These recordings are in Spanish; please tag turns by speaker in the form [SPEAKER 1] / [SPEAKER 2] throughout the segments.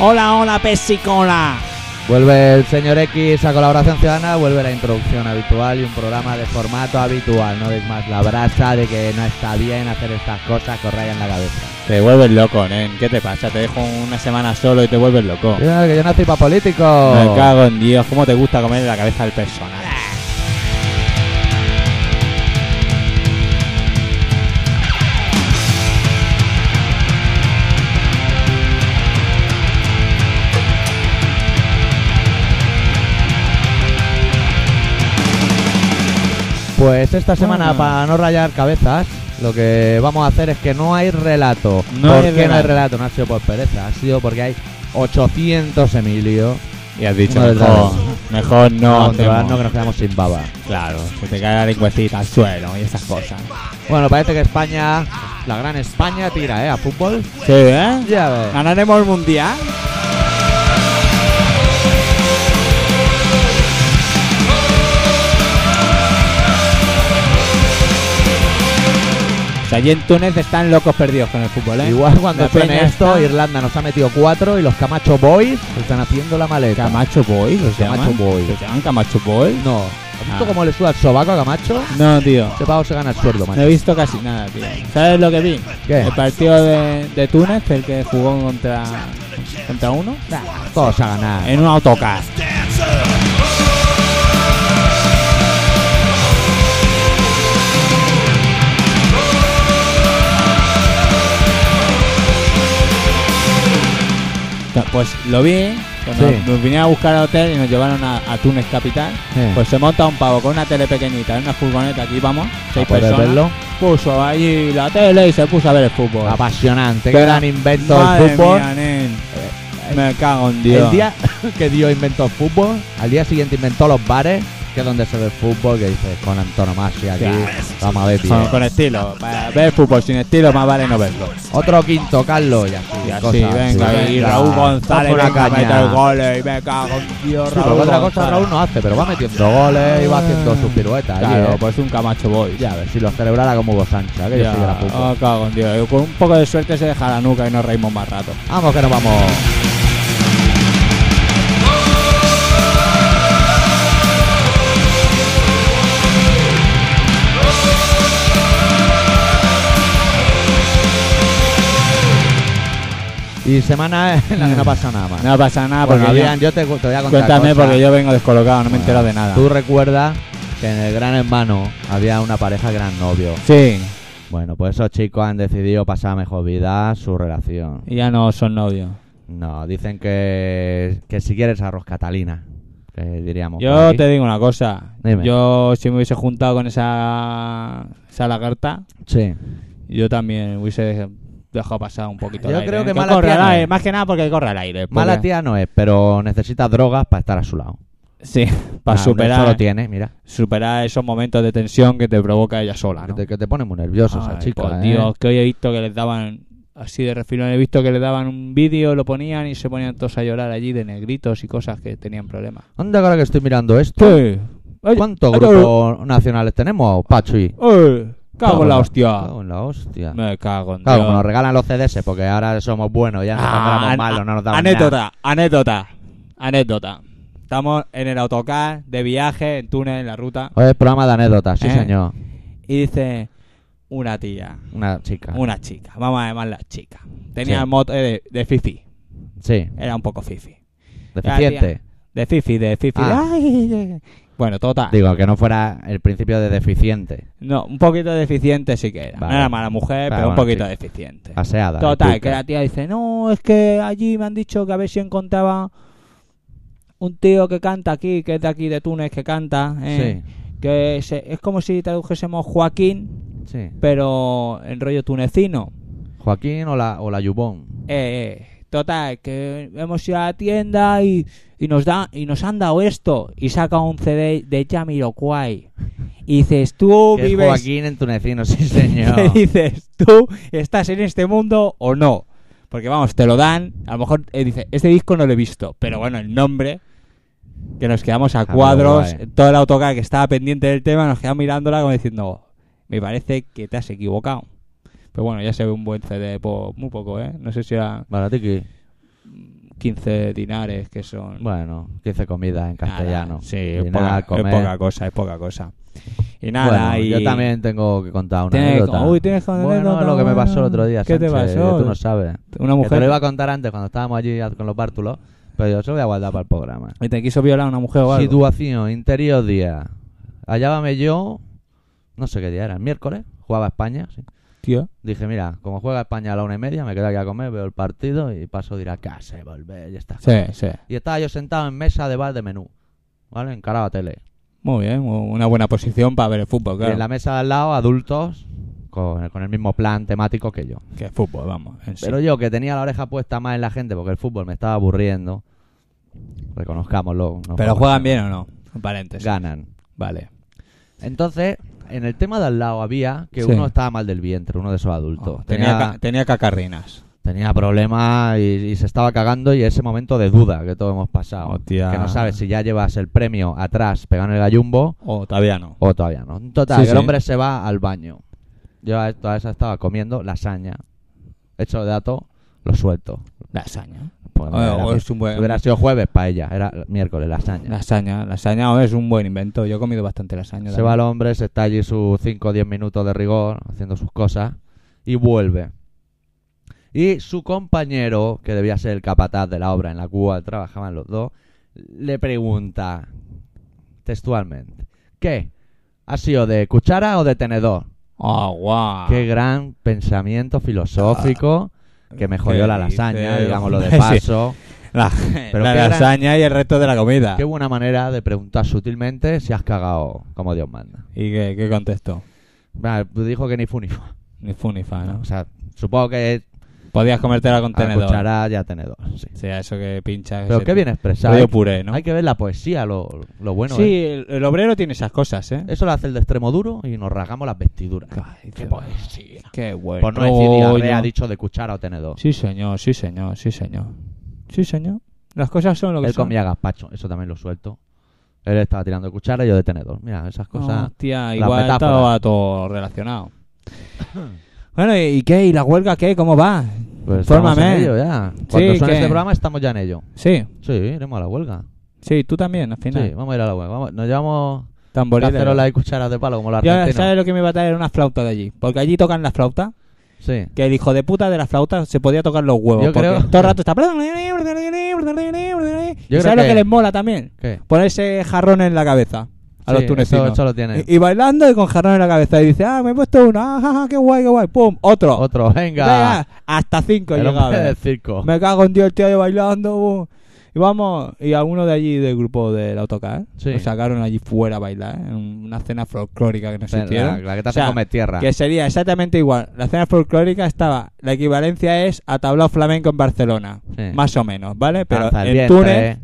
[SPEAKER 1] Hola, hola, pesicola.
[SPEAKER 2] Vuelve el señor X a colaboración ciudadana, vuelve la introducción habitual y un programa de formato habitual. No deis más la brasa de que no está bien hacer estas cosas que os rayan la cabeza.
[SPEAKER 3] Te vuelves loco, nen. ¿Qué te pasa? Te dejo una semana solo y te vuelves loco.
[SPEAKER 2] Mira, que yo no estoy para político.
[SPEAKER 3] Me cago en Dios, cómo te gusta comer la cabeza del personal.
[SPEAKER 2] Pues esta semana,
[SPEAKER 3] Ah.
[SPEAKER 2] para no rayar cabezas, lo que vamos a hacer es que no hay relato.
[SPEAKER 3] No
[SPEAKER 2] ¿Por
[SPEAKER 3] hay
[SPEAKER 2] qué no hay
[SPEAKER 3] relato?
[SPEAKER 2] relato? No ha sido por pereza, ha sido porque hay 800 Emilio.
[SPEAKER 3] Y has dicho,
[SPEAKER 2] No,
[SPEAKER 3] mejor, mejor no
[SPEAKER 2] Vamos, te vas,
[SPEAKER 3] hacemos.
[SPEAKER 2] no que nos quedamos sin baba.
[SPEAKER 3] Claro, se te cae la lingüecita al suelo y esas cosas.
[SPEAKER 2] Bueno, parece que España, la gran España, tira, ¿eh? A fútbol.
[SPEAKER 3] Sí, ¿eh?
[SPEAKER 2] Ya ves.
[SPEAKER 3] ¿Ganaremos el mundial? O sea, allí en Túnez están locos perdidos con el fútbol, ¿eh?
[SPEAKER 2] Igual cuando
[SPEAKER 3] La
[SPEAKER 2] suene
[SPEAKER 3] peña
[SPEAKER 2] esto,
[SPEAKER 3] está-
[SPEAKER 2] Irlanda nos ha metido cuatro y los Camacho Boys están haciendo la maleta.
[SPEAKER 3] Camacho Boys, ¿los
[SPEAKER 2] Camacho
[SPEAKER 3] llaman?
[SPEAKER 2] Boys.
[SPEAKER 3] ¿Los llaman Camacho Boys?
[SPEAKER 2] No. ¿Has visto
[SPEAKER 3] Ah.
[SPEAKER 2] cómo le suda el sobaco a Camacho?
[SPEAKER 3] No, tío.
[SPEAKER 2] Ese pavo se gana el sueldo,
[SPEAKER 3] No
[SPEAKER 2] macho.
[SPEAKER 3] he visto casi nada, tío. ¿Sabes lo que vi?
[SPEAKER 2] ¿Qué?
[SPEAKER 3] El partido de, de Túnez, el que jugó contra, contra uno,
[SPEAKER 2] Todos a ganar. Eh,
[SPEAKER 3] en un autocar. Ta- Pues lo vi, cuando
[SPEAKER 2] Sí.
[SPEAKER 3] nos vinieron a buscar al hotel y nos llevaron a, a Túnez Capital.
[SPEAKER 2] Eh.
[SPEAKER 3] Pues se monta un pavo con una tele pequeñita, en una furgoneta, aquí vamos, seis
[SPEAKER 2] ¿A poder
[SPEAKER 3] personas.
[SPEAKER 2] verlo?
[SPEAKER 3] Puso allí la tele y se puso a ver el fútbol.
[SPEAKER 2] Apasionante, qué
[SPEAKER 3] Pues. Pero-
[SPEAKER 2] gran invento
[SPEAKER 3] Madre
[SPEAKER 2] el fútbol.
[SPEAKER 3] mía, nen. Me cago en Dios.
[SPEAKER 2] El día que Dios inventó el fútbol, al día siguiente inventó los bares, que es donde se ve el fútbol, que dices, con antonomasia aquí,
[SPEAKER 3] Claro.
[SPEAKER 2] vamos a ver, tío.
[SPEAKER 3] Con, con estilo. Para ver fútbol sin estilo más vale no verlo.
[SPEAKER 2] Otro quinto, Carlos, y así,
[SPEAKER 3] Y así,
[SPEAKER 2] cosas
[SPEAKER 3] venga,
[SPEAKER 2] así,
[SPEAKER 3] y
[SPEAKER 2] venga.
[SPEAKER 3] Raúl González
[SPEAKER 2] Toma una
[SPEAKER 3] venga, a
[SPEAKER 2] caña.
[SPEAKER 3] meter goles eh, y me cago en Dios,
[SPEAKER 2] Sí, porque
[SPEAKER 3] Raúl
[SPEAKER 2] otra cosa
[SPEAKER 3] González.
[SPEAKER 2] Raúl no hace, pero va metiendo goles y va haciendo sus piruetas. allí,
[SPEAKER 3] Claro,
[SPEAKER 2] ¿eh?
[SPEAKER 3] pues un Camacho Boy.
[SPEAKER 2] Ya, a ver si lo celebrara como Hugo Sancha, que yo
[SPEAKER 3] Ya,
[SPEAKER 2] soy de la fútbol.
[SPEAKER 3] oh, cago en Dios. Con un poco de suerte se deja la nuca y nos reímos más rato.
[SPEAKER 2] Vamos que nos vamos. Y semana en la que no pasa nada más.
[SPEAKER 3] No pasa nada
[SPEAKER 2] Porque
[SPEAKER 3] porque
[SPEAKER 2] habían- yo te, te voy a
[SPEAKER 3] yo,
[SPEAKER 2] contar
[SPEAKER 3] cuéntame
[SPEAKER 2] cosas.
[SPEAKER 3] porque yo vengo descolocado, no me entero de nada.
[SPEAKER 2] Tú recuerdas que en el Gran Hermano había una pareja gran novio.
[SPEAKER 3] Sí,
[SPEAKER 2] Bueno, pues esos chicos han decidido pasar a mejor vida su relación.
[SPEAKER 3] y ya no son novios.
[SPEAKER 2] No, dicen que, que si quieres arroz Catalina, que diríamos. por
[SPEAKER 3] Yo
[SPEAKER 2] aquí.
[SPEAKER 3] te digo una cosa.
[SPEAKER 2] Dime.
[SPEAKER 3] Yo si me hubiese juntado con esa, esa lagarta,
[SPEAKER 2] Sí.
[SPEAKER 3] yo también hubiese dejado pasar un poquito el
[SPEAKER 2] Yo
[SPEAKER 3] aire,
[SPEAKER 2] creo
[SPEAKER 3] ¿eh?
[SPEAKER 2] que mala
[SPEAKER 3] corra
[SPEAKER 2] tía
[SPEAKER 3] el
[SPEAKER 2] no
[SPEAKER 3] aire,
[SPEAKER 2] es.
[SPEAKER 3] Más que nada porque corre el aire. porque-
[SPEAKER 2] Mala tía no es, pero necesita drogas para estar a su lado.
[SPEAKER 3] Sí, para
[SPEAKER 2] Ah, Eso
[SPEAKER 3] superar,
[SPEAKER 2] lo tiene, mira.
[SPEAKER 3] superar esos momentos de tensión que te provoca ella sola,
[SPEAKER 2] Que,
[SPEAKER 3] ¿no?
[SPEAKER 2] te, que te pone muy nervioso esa
[SPEAKER 3] Ay,
[SPEAKER 2] chica.
[SPEAKER 3] por
[SPEAKER 2] ¿eh?
[SPEAKER 3] Dios, que hoy he visto que les daban... Así de refilón he visto que le daban un vídeo, lo ponían y se ponían todos a llorar allí de negritos y cosas que tenían problemas.
[SPEAKER 2] ¿Dónde ahora que estoy mirando esto?
[SPEAKER 3] Sí. Ay,
[SPEAKER 2] ¿Cuántos
[SPEAKER 3] ay,
[SPEAKER 2] grupos nacionales tenemos, Pachi?
[SPEAKER 3] ay, cago en la hostia.
[SPEAKER 2] Cago en la hostia.
[SPEAKER 3] Me cago en
[SPEAKER 2] Claro,
[SPEAKER 3] Dios.
[SPEAKER 2] como nos regalan los CDs, porque ahora somos buenos, ya nos
[SPEAKER 3] Ah,
[SPEAKER 2] pondremos
[SPEAKER 3] an-
[SPEAKER 2] malos, no nos damos
[SPEAKER 3] anécdota,
[SPEAKER 2] nada.
[SPEAKER 3] anécdota, anécdota. Estamos en el autocar de viaje en Túnez, en la ruta,
[SPEAKER 2] Hoy es programa de anécdotas, sí
[SPEAKER 3] Eh.
[SPEAKER 2] señor.
[SPEAKER 3] y dice una tía,
[SPEAKER 2] Una chica.
[SPEAKER 3] una chica, vamos a llamarla chica. Tenía
[SPEAKER 2] Sí.
[SPEAKER 3] el moto eh, de, de fifi,
[SPEAKER 2] Sí,
[SPEAKER 3] era un poco fifi.
[SPEAKER 2] deficiente.
[SPEAKER 3] De fifi, de fifi.
[SPEAKER 2] Ah.
[SPEAKER 3] Ay, ay, ay. Bueno, total.
[SPEAKER 2] Digo, que no fuera el principio de deficiente.
[SPEAKER 3] No, un poquito deficiente sí que era.
[SPEAKER 2] Vale.
[SPEAKER 3] No era mala mujer,
[SPEAKER 2] Vale,
[SPEAKER 3] pero un
[SPEAKER 2] bueno,
[SPEAKER 3] poquito
[SPEAKER 2] sí. Ah,
[SPEAKER 3] deficiente.
[SPEAKER 2] Aseada.
[SPEAKER 3] Total,
[SPEAKER 2] pica.
[SPEAKER 3] que la tía dice, no, es que allí me han dicho que a ver si encontraba un tío que canta aquí, que es de aquí de Túnez, que canta, eh, que se- es como si tradujésemos Joaquín,
[SPEAKER 2] Sí, sí.
[SPEAKER 3] pero en rollo tunecino.
[SPEAKER 2] Joaquín o la, o la Yubón.
[SPEAKER 3] Eh, eh, total, que hemos ido a la tienda y, y nos da, y nos han dado esto, y saca un CD de Jamiroquai. Y dices, tú
[SPEAKER 2] Que es
[SPEAKER 3] vives...
[SPEAKER 2] Joaquín en tunecino, sí
[SPEAKER 3] ¿Qué
[SPEAKER 2] señor.
[SPEAKER 3] dices? ¿Tú estás en este mundo o no? Porque vamos, te lo dan. A lo mejor eh, dice, este disco no lo he visto, pero bueno, el nombre. Que nos quedamos a
[SPEAKER 2] pero
[SPEAKER 3] cuadros.
[SPEAKER 2] Ah, guay.
[SPEAKER 3] Toda la autocar que estaba pendiente del tema nos quedamos mirándola como diciendo, me parece que te has equivocado. Pero bueno, ya se ve un buen CD por muy poco, ¿eh? No sé si era
[SPEAKER 2] Bueno, Tiki,
[SPEAKER 3] 15 dinares, que son...
[SPEAKER 2] Bueno, 15 comidas en
[SPEAKER 3] nada,
[SPEAKER 2] castellano.
[SPEAKER 3] sí,
[SPEAKER 2] Y
[SPEAKER 3] es
[SPEAKER 2] nada,
[SPEAKER 3] poca, es
[SPEAKER 2] comer.
[SPEAKER 3] poca cosa, es poca cosa. Y nada,
[SPEAKER 2] Bueno,
[SPEAKER 3] y...
[SPEAKER 2] yo también tengo que contar una
[SPEAKER 3] Tienes que
[SPEAKER 2] anécdota.
[SPEAKER 3] con- uy, tienes con
[SPEAKER 2] bueno,
[SPEAKER 3] anécdota,
[SPEAKER 2] es lo que me
[SPEAKER 3] bueno.
[SPEAKER 2] pasó el otro día,
[SPEAKER 3] ¿Qué te
[SPEAKER 2] Sánchez,
[SPEAKER 3] pasó?
[SPEAKER 2] Tú no sabes.
[SPEAKER 3] Una
[SPEAKER 2] Que te lo
[SPEAKER 3] mujer...
[SPEAKER 2] iba a contar antes cuando estábamos allí con los bártulos, pero yo se lo voy a guardar para el programa.
[SPEAKER 3] Y te quiso violar una mujer o algo.
[SPEAKER 2] Situación, interior día. Hallábame yo, no sé qué día era, el miércoles, jugaba España. sí.
[SPEAKER 3] Tío.
[SPEAKER 2] Dije, mira, como juega España a la una y media, me quedo aquí a comer, veo el partido y paso de ir a casa y volver y estas
[SPEAKER 3] Sí,
[SPEAKER 2] cosas.
[SPEAKER 3] sí.
[SPEAKER 2] Y estaba yo sentado en mesa de bar de menú, ¿vale? Encaraba tele.
[SPEAKER 3] Muy bien, u- una buena posición para ver el fútbol,
[SPEAKER 2] Y en la
[SPEAKER 3] claro.
[SPEAKER 2] mesa de al lado, adultos, con, con el mismo plan temático que yo.
[SPEAKER 3] Que es fútbol, vamos. en sí.
[SPEAKER 2] Pero yo, que tenía la oreja puesta más en la gente porque el fútbol me estaba aburriendo, reconozcámoslo. no
[SPEAKER 3] Pero
[SPEAKER 2] jugamos.
[SPEAKER 3] juegan bien o no, en paréntesis.
[SPEAKER 2] Ganan.
[SPEAKER 3] Vale.
[SPEAKER 2] Entonces, en el tema de al lado había que
[SPEAKER 3] Sí.
[SPEAKER 2] uno estaba mal del vientre, uno de esos adultos.
[SPEAKER 3] Oh, tenía,
[SPEAKER 2] tenía,
[SPEAKER 3] ca- tenía cacarrinas.
[SPEAKER 2] tenía problemas y, y se estaba cagando y ese momento de duda que todos hemos pasado.
[SPEAKER 3] Hostia.
[SPEAKER 2] Que no sabes si ya llevas el premio atrás pegando el gallumbo
[SPEAKER 3] O Oh, todavía no.
[SPEAKER 2] o todavía no. Total,
[SPEAKER 3] Sí,
[SPEAKER 2] que el
[SPEAKER 3] sí.
[SPEAKER 2] hombre se va al baño. Yo a toda esa estaba comiendo lasaña. Hecho de dato, lo suelto.
[SPEAKER 3] Lasaña.
[SPEAKER 2] Pues,
[SPEAKER 3] O-
[SPEAKER 2] era
[SPEAKER 3] o
[SPEAKER 2] mi-
[SPEAKER 3] Eh, oh, es un buen-
[SPEAKER 2] Hubiera sido jueves para ella, era miércoles, lasaña.
[SPEAKER 3] Lasaña, lasaña oh, es un buen invento. Yo he comido bastante lasaña.
[SPEAKER 2] Se
[SPEAKER 3] también.
[SPEAKER 2] va el hombre, se está allí sus 5 o 10 minutos de rigor haciendo sus cosas y vuelve. Y su compañero, que debía ser el capataz de la obra en la cual trabajaban los dos, le pregunta textualmente, ¿qué? ¿Ha sido de cuchara o de tenedor?
[SPEAKER 3] Ah, guau.
[SPEAKER 2] Qué gran pensamiento filosófico que me
[SPEAKER 3] Ah.
[SPEAKER 2] jodió
[SPEAKER 3] ¿Qué
[SPEAKER 2] la lasaña,
[SPEAKER 3] dices?
[SPEAKER 2] digámoslo de
[SPEAKER 3] Sí.
[SPEAKER 2] paso.
[SPEAKER 3] La,
[SPEAKER 2] Pero
[SPEAKER 3] la
[SPEAKER 2] qué gran-
[SPEAKER 3] lasaña y el resto de la comida.
[SPEAKER 2] Qué buena manera de preguntar sutilmente si has cagado como Dios manda.
[SPEAKER 3] ¿Y qué, qué contestó?
[SPEAKER 2] Bueno, pues Dijo que ni fu ni fa.
[SPEAKER 3] Ni fu ni fa, Ah, ¿no?
[SPEAKER 2] O sea, supongo que
[SPEAKER 3] Podías comértela con
[SPEAKER 2] a
[SPEAKER 3] tenedor.
[SPEAKER 2] cuchara ya tenedor. sí.
[SPEAKER 3] Sí, a eso que pincha.
[SPEAKER 2] Pero
[SPEAKER 3] ese
[SPEAKER 2] qué bien expresado.
[SPEAKER 3] rollo
[SPEAKER 2] Hay-
[SPEAKER 3] puré, ¿no?
[SPEAKER 2] Hay que ver la poesía, lo, lo bueno.
[SPEAKER 3] sí,
[SPEAKER 2] ¿eh?
[SPEAKER 3] el, el obrero tiene esas cosas, ¿eh?
[SPEAKER 2] Eso lo hace el de extremo duro y nos rasgamos las vestiduras.
[SPEAKER 3] Ay,
[SPEAKER 2] qué poesía.
[SPEAKER 3] Qué bueno.
[SPEAKER 2] Por no decir diarrea,
[SPEAKER 3] Rollo.
[SPEAKER 2] dicho de cuchara o tenedor.
[SPEAKER 3] Sí, señor, sí, señor, sí, señor. Sí, señor. Las cosas son lo que
[SPEAKER 2] Él
[SPEAKER 3] son.
[SPEAKER 2] comía gazpacho, eso también lo suelto. Él estaba tirando de cuchara y yo de tenedor. Mira, esas cosas.
[SPEAKER 3] Hostia,
[SPEAKER 2] las
[SPEAKER 3] igual
[SPEAKER 2] metáforas.
[SPEAKER 3] estaba todo relacionado. bueno, ¿y, y qué? ¿Y la huelga qué? ¿Cómo va?
[SPEAKER 2] Pues estamos
[SPEAKER 3] Infórmame.
[SPEAKER 2] en ello ya. Cuando
[SPEAKER 3] Sí,
[SPEAKER 2] suene
[SPEAKER 3] que-
[SPEAKER 2] este programa estamos ya en ello.
[SPEAKER 3] Sí,
[SPEAKER 2] Sí, iremos a la huelga.
[SPEAKER 3] sí, tú también, al
[SPEAKER 2] Sí,
[SPEAKER 3] final.
[SPEAKER 2] vamos a ir a la huelga. Vamos- Nos llevamos
[SPEAKER 3] Tamborilero.
[SPEAKER 2] cacerolas y cucharas de palo como los
[SPEAKER 3] Y ahora sabes
[SPEAKER 2] argentinos.
[SPEAKER 3] lo que me va a traer una flauta de allí. Porque allí tocan la flauta.
[SPEAKER 2] Sí.
[SPEAKER 3] Que el hijo de puta de la flauta se podía tocar los huevos.
[SPEAKER 2] Yo
[SPEAKER 3] porque
[SPEAKER 2] creo-
[SPEAKER 3] Todo el rato está. ¿Y
[SPEAKER 2] creo
[SPEAKER 3] sabes lo
[SPEAKER 2] que-
[SPEAKER 3] que les mola también?
[SPEAKER 2] ¿Qué?
[SPEAKER 3] Ponerse jarrón en la cabeza a los
[SPEAKER 2] Sí,
[SPEAKER 3] tunecinos.
[SPEAKER 2] Eso, eso lo tiene.
[SPEAKER 3] Y, y bailando y con jarrón en la cabeza. Y dice, ah, me he puesto uno, ah, ja, ja, qué guay, qué guay. Pum, otro.
[SPEAKER 2] Otro, venga.
[SPEAKER 3] Venga, hasta cinco
[SPEAKER 2] El
[SPEAKER 3] llegaba.
[SPEAKER 2] hombre del circo.
[SPEAKER 3] Me cago en Dios, el tío ahí bailando. bu. Y vamos, y alguno de allí del grupo del autocar,
[SPEAKER 2] Sí.
[SPEAKER 3] lo sacaron allí fuera a bailar, en una cena folclórica que no
[SPEAKER 2] la,
[SPEAKER 3] existieron.
[SPEAKER 2] la que te
[SPEAKER 3] O
[SPEAKER 2] hace
[SPEAKER 3] sea,
[SPEAKER 2] comer tierra.
[SPEAKER 3] Que sería exactamente igual. La cena folclórica estaba, la equivalencia es a tablao flamenco en Barcelona,
[SPEAKER 2] Sí.
[SPEAKER 3] más o menos, ¿vale? Pero
[SPEAKER 2] Alza el
[SPEAKER 3] en
[SPEAKER 2] vientre,
[SPEAKER 3] Túnez,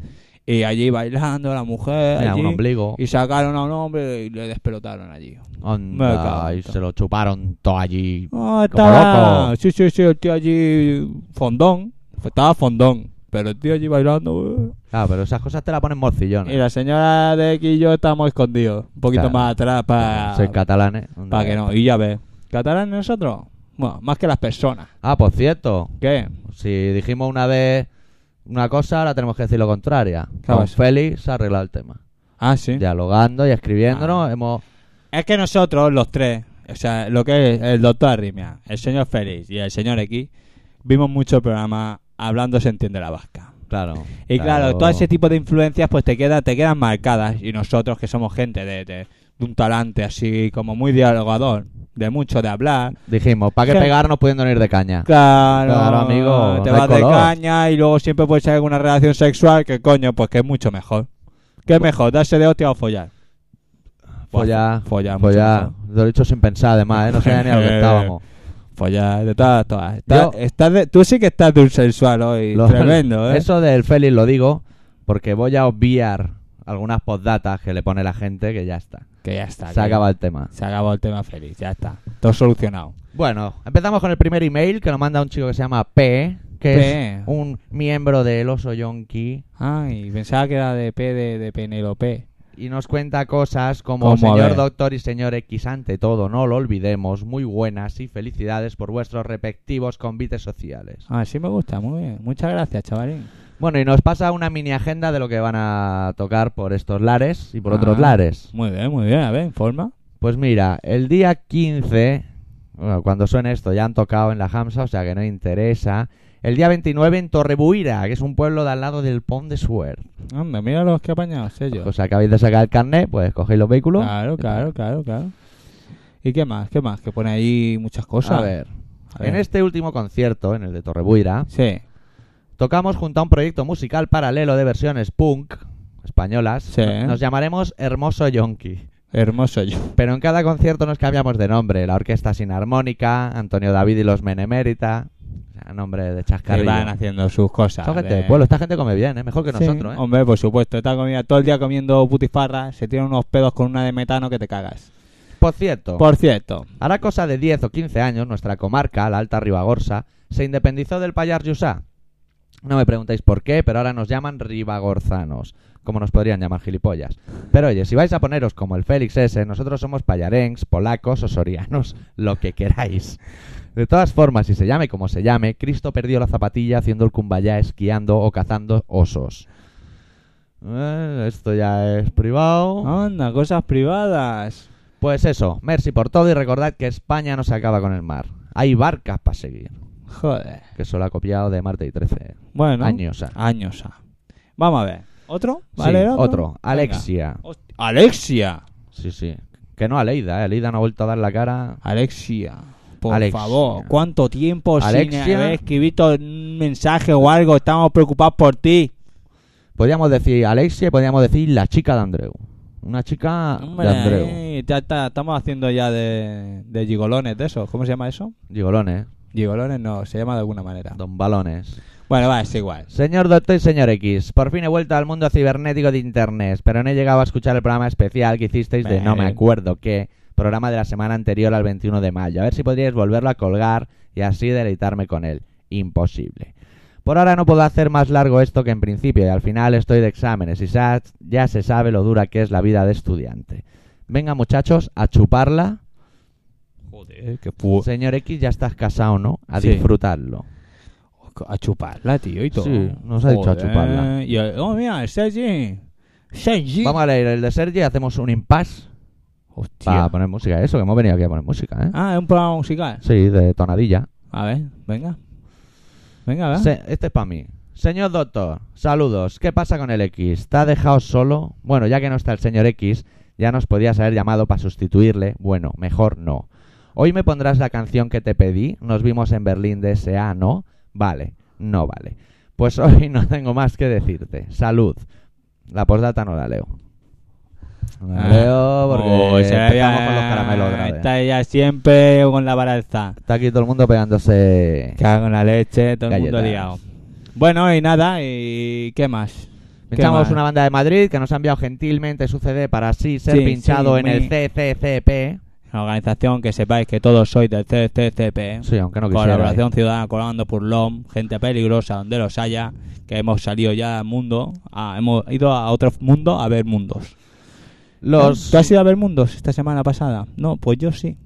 [SPEAKER 3] y allí bailando la mujer,
[SPEAKER 2] mira, un
[SPEAKER 3] allí,
[SPEAKER 2] ombligo.
[SPEAKER 3] y sacaron a un hombre y le despelotaron allí.
[SPEAKER 2] Onda,
[SPEAKER 3] Me cago en
[SPEAKER 2] y
[SPEAKER 3] todo.
[SPEAKER 2] se lo chuparon todo allí.
[SPEAKER 3] Ah,
[SPEAKER 2] loco.
[SPEAKER 3] estaba. Sí, sí, sí, el tío allí. Fondón. Estaba fondón. Pero el tío allí bailando.
[SPEAKER 2] Claro, Ah, pero esas cosas te las
[SPEAKER 3] eh.
[SPEAKER 2] ponen
[SPEAKER 3] Y
[SPEAKER 2] morcillones.
[SPEAKER 3] la señora de aquí y yo estamos escondidos. Un poquito
[SPEAKER 2] Claro.
[SPEAKER 3] más atrás para.
[SPEAKER 2] Soy catalanes.
[SPEAKER 3] Para que no. Y ya ves. ¿Catalán nosotros? Bueno, más que las personas.
[SPEAKER 2] Ah, por cierto,
[SPEAKER 3] ¿Qué?
[SPEAKER 2] si dijimos una vez una cosa, ahora tenemos que decir lo contraria.
[SPEAKER 3] Claro,
[SPEAKER 2] Con
[SPEAKER 3] sí.
[SPEAKER 2] Félix se ha arreglado el tema.
[SPEAKER 3] Ah, sí. Ah.
[SPEAKER 2] Dialogando y escribiéndonos, hemos.
[SPEAKER 3] Es que nosotros, los tres, o sea, lo que es el doctor Arrimia, el señor Félix y el señor X, vimos mucho programa hablando se entiende la vasca.
[SPEAKER 2] Claro.
[SPEAKER 3] Y claro, todo ese tipo de influencias pues te quedan, te quedan marcadas. Y nosotros que somos gente de, de- de un talante así como muy dialogador, de mucho de hablar.
[SPEAKER 2] Dijimos, ¿para qué
[SPEAKER 3] Claro.
[SPEAKER 2] pegarnos pudiendo ir de caña?
[SPEAKER 3] Claro,
[SPEAKER 2] Claro, amigo,
[SPEAKER 3] te
[SPEAKER 2] no hay
[SPEAKER 3] vas de
[SPEAKER 2] color.
[SPEAKER 3] caña y luego siempre puedes tener alguna relación sexual que coño, pues que es mucho mejor. ¿Qué es mejor, darse de hostia o follar?
[SPEAKER 2] Follar.
[SPEAKER 3] follar, mucho
[SPEAKER 2] Follar.
[SPEAKER 3] mejor.
[SPEAKER 2] Lo he dicho sin pensar, además, ¿eh? no sabía ni a lo que estábamos.
[SPEAKER 3] Follar, de todas, todas. Estás-
[SPEAKER 2] Yo-
[SPEAKER 3] estás de- tú sí que estás de un sexual hoy,
[SPEAKER 2] Lo-
[SPEAKER 3] tremendo, ¿eh?
[SPEAKER 2] Eso del Félix lo digo porque voy a obviar algunas postdatas que le pone la gente que ya está.
[SPEAKER 3] Que ya está.
[SPEAKER 2] Se
[SPEAKER 3] que-
[SPEAKER 2] acaba el tema.
[SPEAKER 3] se acabó el tema feliz, ya está. Todo solucionado.
[SPEAKER 2] Bueno, empezamos con el primer email que nos manda un chico que se llama P, que
[SPEAKER 3] P.
[SPEAKER 2] es un miembro del Oso Yonki
[SPEAKER 3] Ay, pensaba que era de P de, de Penelope.
[SPEAKER 2] y nos cuenta cosas como
[SPEAKER 3] ¿Cómo? A
[SPEAKER 2] señor
[SPEAKER 3] ver.
[SPEAKER 2] doctor y señor X ante todo, no lo olvidemos, muy buenas y felicidades por vuestros respectivos convites sociales.
[SPEAKER 3] Ah, sí me gusta, muy bien. Muchas gracias, chavalín.
[SPEAKER 2] Bueno, y nos pasa una mini agenda de lo que van a tocar por estos lares y por otros
[SPEAKER 3] Ah.
[SPEAKER 2] lares.
[SPEAKER 3] Muy bien, muy bien. A ver, informa.
[SPEAKER 2] Pues mira, el día 15, bueno, cuando suene esto, ya han tocado en la Hamsa, o sea que no interesa. El día 29 en Torrebuira, que es un pueblo de al lado del Pont de Suert.
[SPEAKER 3] Anda, mira los que apañados ellos.
[SPEAKER 2] O sea, acabáis de sacar el carnet, pues cogéis los vehículos.
[SPEAKER 3] Claro, claro, claro, claro. ¿Y qué más? ¿Qué más? Que pone ahí muchas cosas.
[SPEAKER 2] a ver,
[SPEAKER 3] A ver.
[SPEAKER 2] Ah, en este último concierto, en el de Torrebuira,
[SPEAKER 3] Sí,
[SPEAKER 2] tocamos junto a un proyecto musical paralelo de versiones punk españolas.
[SPEAKER 3] Sí.
[SPEAKER 2] Nos llamaremos Hermoso Yonki.
[SPEAKER 3] hermoso yo.
[SPEAKER 2] Pero en cada concierto nos cambiamos de nombre. La Orquesta Sin Armónica, Antonio David y los Menemérita. O sea, nombre de
[SPEAKER 3] Que
[SPEAKER 2] chascarrillo.
[SPEAKER 3] van haciendo sus cosas.
[SPEAKER 2] Son gente
[SPEAKER 3] de-
[SPEAKER 2] del pueblo, esta gente come bien, ¿eh? mejor que
[SPEAKER 3] Sí,
[SPEAKER 2] nosotros. ¿eh?
[SPEAKER 3] Hombre, por supuesto. Está comida todo el día comiendo putifarra. Se tiran unos pedos con una de metano que te cagas.
[SPEAKER 2] Por cierto,
[SPEAKER 3] Por cierto.
[SPEAKER 2] hará cosa de 10 o 15 años, nuestra comarca, la Alta Ribagorza, se independizó del Payar Yusá. No me preguntéis por qué, pero ahora nos llaman ribagorzanos, como nos podrían llamar gilipollas. Pero oye, si vais a poneros como el Félix S, nosotros somos payarengs, polacos o sorianos, lo que queráis. De todas formas, si se llame como se llame, Cristo perdió la zapatilla haciendo el cumbayá esquiando o cazando osos. Eh, esto ya es privado.
[SPEAKER 3] Anda, cosas privadas.
[SPEAKER 2] Pues eso, merci por todo y recordad que España no se acaba con el mar. Hay barcas para seguir.
[SPEAKER 3] Joder.
[SPEAKER 2] Que eso lo ha copiado de Marte y 13
[SPEAKER 3] Bueno.
[SPEAKER 2] años. ah.
[SPEAKER 3] Años. ah. Vamos a ver. ¿Otro?
[SPEAKER 2] Sí,
[SPEAKER 3] ¿Vale?
[SPEAKER 2] otro.
[SPEAKER 3] Venga.
[SPEAKER 2] Alexia.
[SPEAKER 3] Hosti- Alexia.
[SPEAKER 2] Sí, sí. Que no Aleida, ¿eh? Aleida no ha vuelto a dar la cara.
[SPEAKER 3] Alexia. Por
[SPEAKER 2] Alexia.
[SPEAKER 3] favor, ¿cuánto tiempo
[SPEAKER 2] Alexia.
[SPEAKER 3] sin haber escrito un mensaje o algo? Estamos preocupados por ti.
[SPEAKER 2] Podríamos decir Alexia y podríamos decir la chica de Andreu. Una chica
[SPEAKER 3] Hombre,
[SPEAKER 2] Ah, de Andreu.
[SPEAKER 3] eh, ya está- estamos haciendo ya de, de gigolones de eso. ¿Cómo se llama eso?
[SPEAKER 2] Gigolones,
[SPEAKER 3] Gigolones no, se llama de alguna manera.
[SPEAKER 2] don Balones.
[SPEAKER 3] Bueno, va, es igual.
[SPEAKER 2] Señor Doctor y señor X, por fin he vuelto al mundo cibernético de Internet, pero no he llegado a escuchar el programa especial que hicisteis de
[SPEAKER 3] Bien.
[SPEAKER 2] No me acuerdo qué, programa de la semana anterior al 21 de mayo. A ver si podríais volverlo a colgar y así deleitarme con él. Imposible. Por ahora no puedo hacer más largo esto que en principio y al final estoy de exámenes y sa- ya se sabe lo dura que es la vida de estudiante. Venga muchachos, a chuparla.
[SPEAKER 3] Joder, qué pu...
[SPEAKER 2] Señor X, ya estás casado, ¿no? A
[SPEAKER 3] Uh. Sí.
[SPEAKER 2] disfrutarlo.
[SPEAKER 3] A chuparla, tío, y todo.
[SPEAKER 2] Sí, nos ha dicho a chuparla.
[SPEAKER 3] Y el- oh, mira, el Sergi. Sergi.
[SPEAKER 2] Vamos a leer el de Sergi, hacemos un impasse.
[SPEAKER 3] Hostia.
[SPEAKER 2] Para poner música, eso, que hemos venido aquí a poner música, ¿eh?
[SPEAKER 3] Ah, es un programa musical.
[SPEAKER 2] Sí, de tonadilla.
[SPEAKER 3] A ver, venga. Venga, va. Ah.
[SPEAKER 2] Se- este es para mí. Señor doctor, saludos. ¿Qué pasa con el X? ¿Te ha dejado solo? Bueno, ya que no está el señor X, ya nos podías haber llamado para sustituirle. Bueno, mejor no. Hoy me pondrás la canción que te pedí. Nos vimos en Berlín de SA, ¿no? Vale, no vale. Pues hoy no tengo más que decirte. Salud. La postdata no la leo. No la
[SPEAKER 3] Ah.
[SPEAKER 2] leo porque
[SPEAKER 3] Oh, se la
[SPEAKER 2] empezamos
[SPEAKER 3] ya-
[SPEAKER 2] con los caramelos otra vez.
[SPEAKER 3] Está ella siempre con la balanza.
[SPEAKER 2] Está aquí todo el mundo pegándose.
[SPEAKER 3] Cago en la leche, todo el mundo
[SPEAKER 2] Galletas.
[SPEAKER 3] liado. Bueno, y nada, ¿y qué más? ¿Qué
[SPEAKER 2] Pinchamos
[SPEAKER 3] más?
[SPEAKER 2] una banda de Madrid que nos ha enviado gentilmente su CD para así ser
[SPEAKER 3] Sí,
[SPEAKER 2] pinchado
[SPEAKER 3] sí,
[SPEAKER 2] en
[SPEAKER 3] muy-
[SPEAKER 2] el CCCP.
[SPEAKER 3] Una organización que sepáis que todos sois del CCCP.
[SPEAKER 2] Sí, aunque no quisiera.
[SPEAKER 3] ¿eh? Colaboración Ciudadana, colaborando por LOM, gente peligrosa donde los haya, que hemos salido ya al mundo, ah, hemos ido a otro mundo a ver mundos.
[SPEAKER 2] Los...
[SPEAKER 3] ¿Tú has ido a ver mundos esta semana pasada? No, pues yo sí.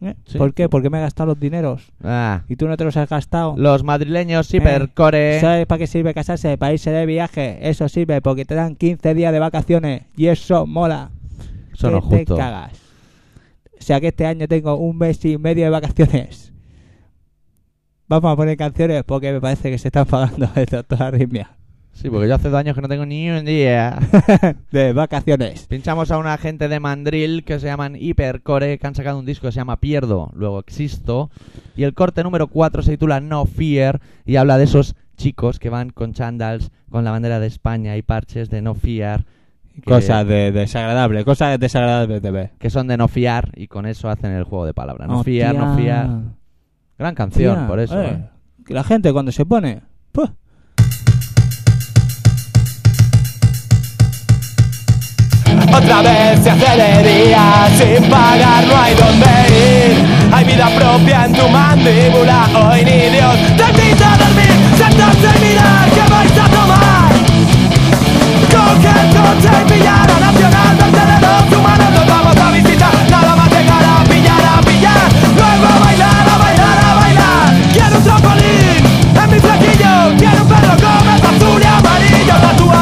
[SPEAKER 3] ¿Eh?
[SPEAKER 2] Sí.
[SPEAKER 3] ¿Por qué? Porque me he gastado los dineros
[SPEAKER 2] Ah,
[SPEAKER 3] y tú no te los has gastado.
[SPEAKER 2] los madrileños hipercore.
[SPEAKER 3] ¿Sabes para qué sirve casarse? Para irse de viaje. Eso sirve porque te dan 15 días de vacaciones y eso mola.
[SPEAKER 2] Eso no es
[SPEAKER 3] que te
[SPEAKER 2] justo.
[SPEAKER 3] cagas. O sea que este año tengo un mes y medio de vacaciones. Vamos a poner canciones porque me parece que se está enfadando el doctor Arritmia.
[SPEAKER 2] Sí, porque yo hace dos años que no tengo ni un día.
[SPEAKER 3] de vacaciones.
[SPEAKER 2] Pinchamos a una gente de Mandril que se llaman Hipercore, que han sacado un disco que se llama Pierdo, luego Existo. Y el corte número 4 se titula No Fear y habla de esos chicos que van con chandals, con la bandera de España y parches de No Fear. que-
[SPEAKER 3] Cosas de desagradables, cosas desagradables de ver.
[SPEAKER 2] que son de no fiar y con eso hacen el juego de palabras. No fiar, no fiar. Gran canción,
[SPEAKER 3] Hostia,
[SPEAKER 2] por eso.
[SPEAKER 3] eh.
[SPEAKER 2] ¿eh?
[SPEAKER 3] Que la gente cuando se pone. pues, ¡puh!
[SPEAKER 4] Otra vez se hace de día, sin pagar no hay donde ir. Hay vida propia en tu mandíbula, hoy ni Dios te quita dormir. Sentarse y mirar que vais a tomar. Coge el coche y pillar a Nacional, vertederos humanos nos vamos a visitar. Nada más llegar a pillar, a pillar. Luego a bailar, a bailar, a bailar. Quiero un trampolín en mi flequillo. Quiero un perro con azul y amarillo.